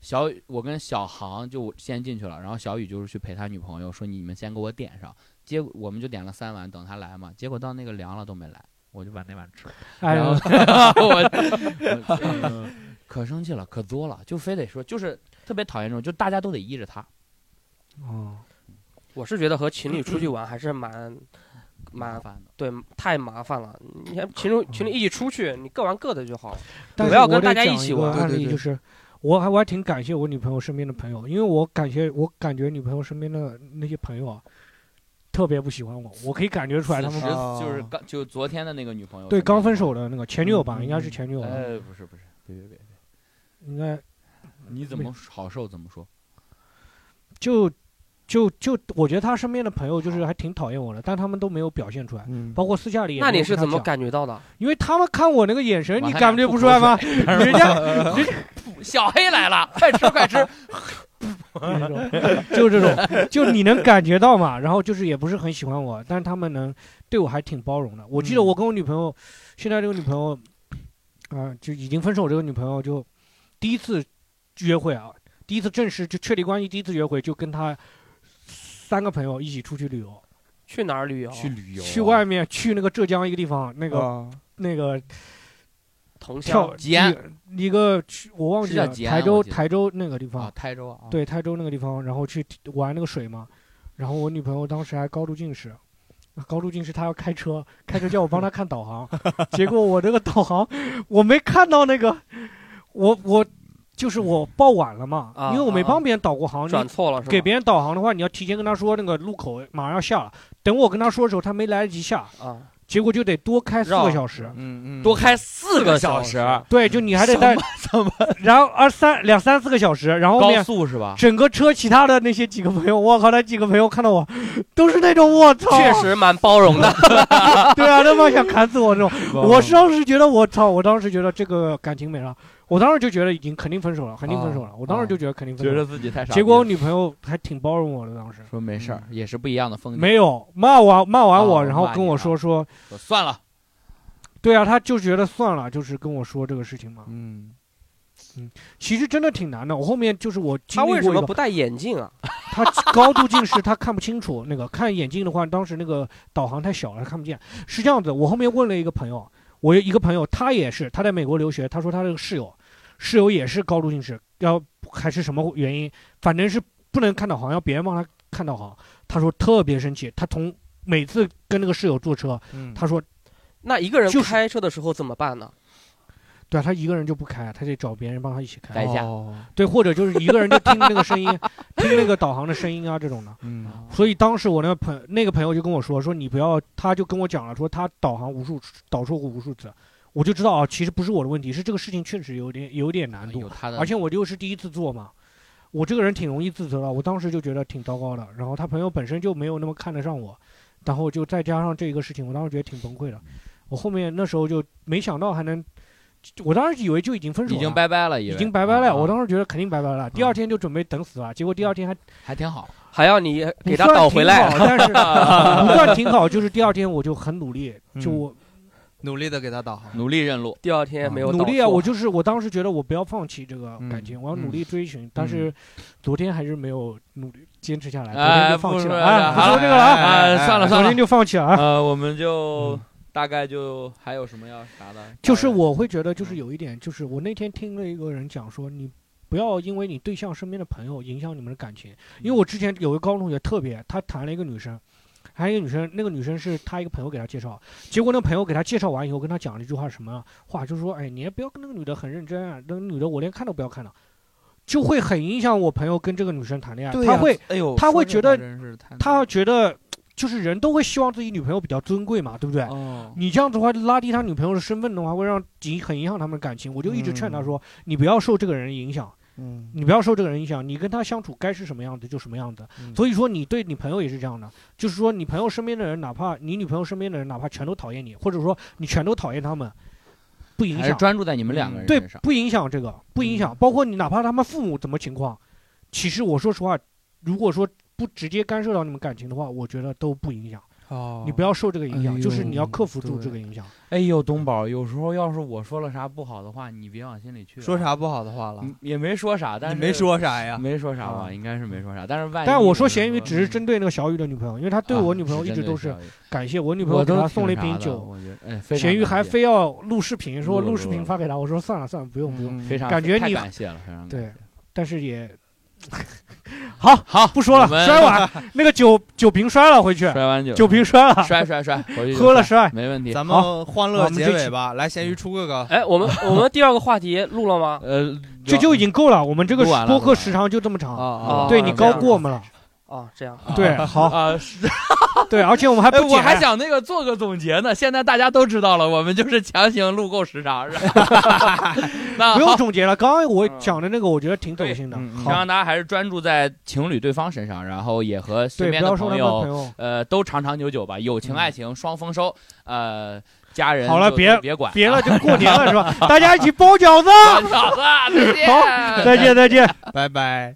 Speaker 4: 小雨，我跟小航就先进去了，然后小雨就是去陪他女朋友，说你们先给我点上。结果我们就点了三碗，等他来嘛。结果到那个凉了都没来，我就把那碗吃了。
Speaker 1: 哎
Speaker 4: 然
Speaker 1: 呦
Speaker 4: 后 我 我可生气了，可作了，就非得说，就是特别讨厌这种，就大家都得依着他。嗯
Speaker 1: 哦
Speaker 2: 我是觉得和情侣出去玩还是蛮
Speaker 4: 麻
Speaker 2: 蛮
Speaker 4: 烦的，
Speaker 2: 对，太麻烦了。你看情
Speaker 1: 嗯
Speaker 2: 侣情侣一起出去，你各玩各的就好了。
Speaker 1: 但
Speaker 2: 不
Speaker 1: 是
Speaker 2: 要
Speaker 1: 我
Speaker 2: 跟
Speaker 1: 得
Speaker 2: 大家
Speaker 1: 讲
Speaker 2: 一起
Speaker 1: 个
Speaker 2: 玩
Speaker 1: 案
Speaker 3: 对对
Speaker 1: 例
Speaker 3: 对
Speaker 1: 就是，我还我还挺感谢我女朋友身边的朋友，因为我感谢我感觉女朋友身边的那些朋友啊，特别不喜欢我，我可以感觉出来他
Speaker 4: 此
Speaker 1: 们
Speaker 4: 时
Speaker 3: 不哦
Speaker 4: 就是刚就昨天的那个女朋友，
Speaker 1: 对刚分手。的那个前女友吧，
Speaker 3: 嗯
Speaker 1: 应该是前女友吧，
Speaker 2: 哎
Speaker 4: 呃，不是不是，别别别，
Speaker 1: 应该
Speaker 4: 你怎么好受怎么说。
Speaker 1: 就就就我觉得他身边的朋友就是还挺讨厌我的，但他们都没有表现出来。
Speaker 4: 哦
Speaker 3: 嗯
Speaker 1: 包括私下里也没
Speaker 2: 那
Speaker 1: 有
Speaker 2: 你
Speaker 1: 跟
Speaker 2: 是
Speaker 1: 他
Speaker 2: 怎么
Speaker 1: 讲？
Speaker 2: 感觉到的？
Speaker 1: 因为他们看我那个眼神，
Speaker 4: 往
Speaker 1: 你
Speaker 4: 他
Speaker 1: 感
Speaker 4: 俩
Speaker 1: 觉不
Speaker 4: 吐口
Speaker 1: 出来
Speaker 4: 水
Speaker 1: 吗？ 人家
Speaker 4: 小黑来了，快吃快 吃！
Speaker 1: 就这种，就你能感觉到嘛。然后就是也不是很喜欢我，但是他们能对我还挺包容的。我记得
Speaker 3: 嗯
Speaker 1: 我跟我女朋友，现在这个女朋友，啊、就已经分手这个女朋友，就第一次约会啊，第一次正式就确立关系，第一次约会就跟她三个朋友一起出去旅游，
Speaker 2: 去哪儿旅游？
Speaker 4: 去旅游啊，
Speaker 1: 去外面去那个浙江一个地方，那
Speaker 4: 哦
Speaker 1: 个、
Speaker 3: 啊
Speaker 1: 那个
Speaker 2: 同
Speaker 1: 跳
Speaker 2: 乡。
Speaker 4: 吉安
Speaker 1: 一一个去我忘记
Speaker 4: 是叫
Speaker 1: 了，
Speaker 4: 吉安
Speaker 1: 台州
Speaker 4: 我记得
Speaker 1: 台州那个地方
Speaker 4: 啊，，台州啊，
Speaker 1: 对，台州那个地方，然后去玩那个水嘛。然后我女朋友当时还高度近视，高度近视她要开车，开车叫我帮她看导 航，结果我这个导航我没看到那个，我我就是我报晚了嘛，
Speaker 2: 啊
Speaker 1: 因为我没
Speaker 2: 啊
Speaker 1: 帮别人导过航，
Speaker 2: 转
Speaker 1: 你
Speaker 2: 错了是吧？
Speaker 1: 给别人导航的话，你要提前跟他说那个路口马上要下了，等我跟他说的时候，他没来得及下，
Speaker 2: 啊，
Speaker 1: 结果就得多开四
Speaker 2: 绕
Speaker 1: 个小时。
Speaker 3: 嗯嗯，
Speaker 4: 多开四个小
Speaker 2: 小
Speaker 4: 时，
Speaker 1: 对，就你还得
Speaker 4: 什
Speaker 1: 带
Speaker 4: 么，什么
Speaker 1: 然后二三两三四个小时，然后后面
Speaker 4: 高速是吧？
Speaker 1: 整个车其他的那些几个朋友， 我靠，那几个朋友看到我，都是那种我操，
Speaker 2: 确实蛮包容
Speaker 1: 哦
Speaker 2: 的。
Speaker 1: 对啊，他妈想砍死我那种。
Speaker 4: 嗯
Speaker 1: 我是当时觉得我操，我当时觉得这个感情没了，我当时就觉得已经肯定分手了，肯定分手了，我当时就觉得肯定分
Speaker 4: 嗯觉
Speaker 1: 手
Speaker 4: 得
Speaker 1: 了。
Speaker 4: 自己太傻逼了，
Speaker 1: 结果我女朋友还挺包容我的，当时
Speaker 4: 说没事儿，也是不一样的风
Speaker 1: 嗯
Speaker 4: 景。
Speaker 1: 没有骂我，骂完我，
Speaker 4: 嗯哦
Speaker 1: 然后
Speaker 4: 骂
Speaker 1: 跟
Speaker 4: 你
Speaker 1: 我
Speaker 4: 了
Speaker 1: 说说，
Speaker 4: 说算了，
Speaker 1: 对啊，他就觉得算了，就是跟我说这个事情嘛。
Speaker 3: 嗯，
Speaker 1: 其实真的挺难的，我后面就是我经
Speaker 2: 他
Speaker 1: 历
Speaker 2: 为什
Speaker 1: 过一
Speaker 2: 么
Speaker 1: 个
Speaker 2: 不戴眼镜啊？
Speaker 1: 他高度近视，他看不清楚。那个看眼镜的话，当时那个导航太小了，他看不见。是这样子，我后面问了一个朋友，我有一个朋友，他也是，他在美国留学，他说他这个室友，室友也是高度近视，要还是什么原因，反正是不能看导航，要别人帮他看导航。他说特别生气，他从每次跟那个室友坐车，
Speaker 3: 嗯
Speaker 1: 他说
Speaker 2: 那一个人
Speaker 1: 就是
Speaker 2: 开车的时候怎么办呢？
Speaker 1: 对啊他一个人就不开，他得找别人帮他一起开
Speaker 4: 代。驾
Speaker 3: 哦
Speaker 1: 对，或者就是一个人就听那个声音，听那个导航的声音啊这种的。
Speaker 3: 嗯
Speaker 1: 所以当时我那个朋那个朋友就跟我说，说你不要，他就跟我讲了，说他导航无数导错过无数次。我就知道啊，其实不是我的问题，是这个事情确实有点有点难度
Speaker 4: 有，哎他的
Speaker 1: 而且我又是第一次做嘛，我这个人挺容易自责的，我当时就觉得挺糟糕的。然后他朋友本身就没有那么看得上我，然后就再加上这个事情，我当时觉得挺崩溃的。我后面那时候就没想到还能，我当时以为就已经分手
Speaker 4: 已
Speaker 1: 了，
Speaker 4: 经拜拜了，以嗯
Speaker 1: 已
Speaker 4: 为
Speaker 1: 经拜拜了。
Speaker 4: 啊
Speaker 1: 我当时觉得肯定拜拜了，第二天就准备等死了，结果第二天还
Speaker 4: 还挺好，
Speaker 2: 还要你
Speaker 1: 不
Speaker 2: 给他
Speaker 1: 算
Speaker 2: 倒
Speaker 1: 挺
Speaker 2: 回来
Speaker 1: 好，但是不算挺好，就是第二天我就很努力，就
Speaker 3: 嗯
Speaker 1: 我
Speaker 3: 努力的给他导航。
Speaker 4: 努力认路。
Speaker 2: 第二天没有
Speaker 1: 努
Speaker 2: 倒
Speaker 1: 力啊，
Speaker 2: 错
Speaker 1: 我就是我当时觉得我不要放弃这个感情，
Speaker 3: 嗯
Speaker 1: 我要努力追寻，但是昨天还是没有努力坚持下来，昨天
Speaker 4: 哎，
Speaker 1: 就
Speaker 4: 不
Speaker 1: 放弃
Speaker 4: 说
Speaker 1: 了，哎，不
Speaker 4: 好
Speaker 1: 说
Speaker 4: 了
Speaker 1: 这个了啊，
Speaker 4: 哎
Speaker 3: 哎
Speaker 4: 算了算
Speaker 3: 哎
Speaker 1: 昨
Speaker 4: 了
Speaker 1: 天，就放弃了啊。
Speaker 4: 呃，我们就大概就还有什么要啥的？
Speaker 1: 就是我会觉得，就是有一点，就是我那天听了一个人讲说，你不要因为你对象身边的朋友影响你们的感情，因为我之前有个高中同学特别，他谈了一个女生。还有一个女生，那个女生是他一个朋友给他介绍，结果那朋友给他介绍完以后，跟他讲了一句话什么话，就是说，哎，你也不要跟那个女的很认真啊，那个女的我连看都不要看了，就会很影响我朋友跟这个女生谈恋爱，他会，
Speaker 3: 哎呦，
Speaker 1: 他会觉得他
Speaker 3: 他
Speaker 1: 觉得就是人都会希望自己女朋友比较尊贵嘛，对不对？
Speaker 4: 哦，
Speaker 1: 你这样子的话，拉低他女朋友的身份的话，会让影很影响他们的感情。我就一直
Speaker 4: 嗯
Speaker 1: 劝他说，你不要受这个人影响，
Speaker 3: 嗯
Speaker 1: 你不要受这个人影响，你跟他相处该是什么样子就什么样子。
Speaker 3: 嗯
Speaker 1: 所以说，你对你朋友也是这样的，就是说，你朋友身边的人，哪怕你女朋友身边的人，哪怕全都讨厌你，或者说你全都讨厌他们，不影
Speaker 4: 还是
Speaker 1: 响，嗯
Speaker 4: 专注在你们两个人啊嗯
Speaker 1: 对
Speaker 4: 身上，。
Speaker 1: 不影响这个，不影响。包括你哪怕他们父母怎么情况，其实我说实话，如果说不直接干涉到你们感情的话，我觉得都不影响。
Speaker 3: 哦
Speaker 1: 你不要受这个影响，
Speaker 4: 哎
Speaker 1: 就是
Speaker 4: 呦
Speaker 1: 你要克服住
Speaker 3: 对
Speaker 1: 这个影响。
Speaker 4: 哎呦，东宝，有时候要是我说了啥不好的话，你别往心里去。
Speaker 3: 说？啥不好的话了，
Speaker 4: 嗯也没说啥，但
Speaker 3: 你
Speaker 4: 是
Speaker 3: 没说啥呀？
Speaker 4: 没说啥吧，应该是没说啥。但是万一，
Speaker 1: 啊但我说咸鱼只是针对那个小雨的女朋友，因为他对我女朋友一直都是
Speaker 4: 嗯啊，
Speaker 1: 感谢我女
Speaker 4: 女
Speaker 1: 朋友给他送了一瓶酒，
Speaker 4: 我觉得哎，非常
Speaker 1: 咸鱼
Speaker 4: 感
Speaker 1: 还
Speaker 4: 谢
Speaker 1: 非要录视频，说
Speaker 4: 录了
Speaker 1: 录
Speaker 4: 录
Speaker 1: 视频
Speaker 4: 了
Speaker 1: 发给他，我说算了算了，不
Speaker 3: 嗯
Speaker 1: 用不用，
Speaker 4: 嗯非常
Speaker 1: 感觉
Speaker 4: 太
Speaker 1: 你
Speaker 4: 感谢了，非常感谢
Speaker 1: 对，但是 也
Speaker 4: 好，
Speaker 1: 不说了，
Speaker 4: 我们
Speaker 1: 摔 碗那个酒酒瓶摔了回去，
Speaker 4: 摔完酒，
Speaker 1: 酒瓶摔了，
Speaker 4: 摔摔摔，回去就
Speaker 1: 喝了
Speaker 4: 摔
Speaker 1: 摔，
Speaker 4: 没问题。
Speaker 3: 咱
Speaker 1: 好
Speaker 3: 们欢乐结尾吧，来，
Speaker 4: 嗯
Speaker 3: 咸鱼出个个。
Speaker 2: 哎，我们我们第二个话题录了吗？
Speaker 4: 呃，
Speaker 1: 这就已经够了，我们这个
Speaker 4: 录完了
Speaker 1: 播
Speaker 4: 录
Speaker 1: 客
Speaker 4: 完
Speaker 1: 时长就这么
Speaker 4: 啊
Speaker 1: 长，
Speaker 4: 啊，
Speaker 1: 对
Speaker 2: 哦
Speaker 1: 你
Speaker 2: 这样
Speaker 1: 高过我们了，
Speaker 2: 哦，这样，
Speaker 1: 对，好，
Speaker 4: 啊，
Speaker 1: 对，而且我们还
Speaker 4: 哎，
Speaker 1: 不
Speaker 4: 我还
Speaker 1: 剪，
Speaker 4: 想那个做个总结呢。现在大家都知道了，我们就是强行录够时长，是 吧？那
Speaker 1: 不用
Speaker 4: 好
Speaker 1: 总结了，刚刚我
Speaker 2: 嗯
Speaker 1: 讲的那个我觉得挺走心的，
Speaker 3: 嗯
Speaker 4: 希
Speaker 1: 好，
Speaker 4: 望大家还是专注在情侣对方身上，然后也和身
Speaker 1: 对，
Speaker 4: 边
Speaker 1: 不
Speaker 4: 的
Speaker 1: 要说他
Speaker 4: 朋
Speaker 1: 们朋
Speaker 4: 友，
Speaker 1: 友，
Speaker 4: 呃，都长长久久吧，友情、
Speaker 3: 嗯
Speaker 4: 爱情双丰收。呃，家人
Speaker 1: 好了
Speaker 4: 就
Speaker 1: 别
Speaker 4: 别管，啊
Speaker 1: 别了就过年 了是吧？大家一起包饺子，
Speaker 4: 啊，嫂子，再见
Speaker 1: 好，再见再见。
Speaker 3: 拜拜。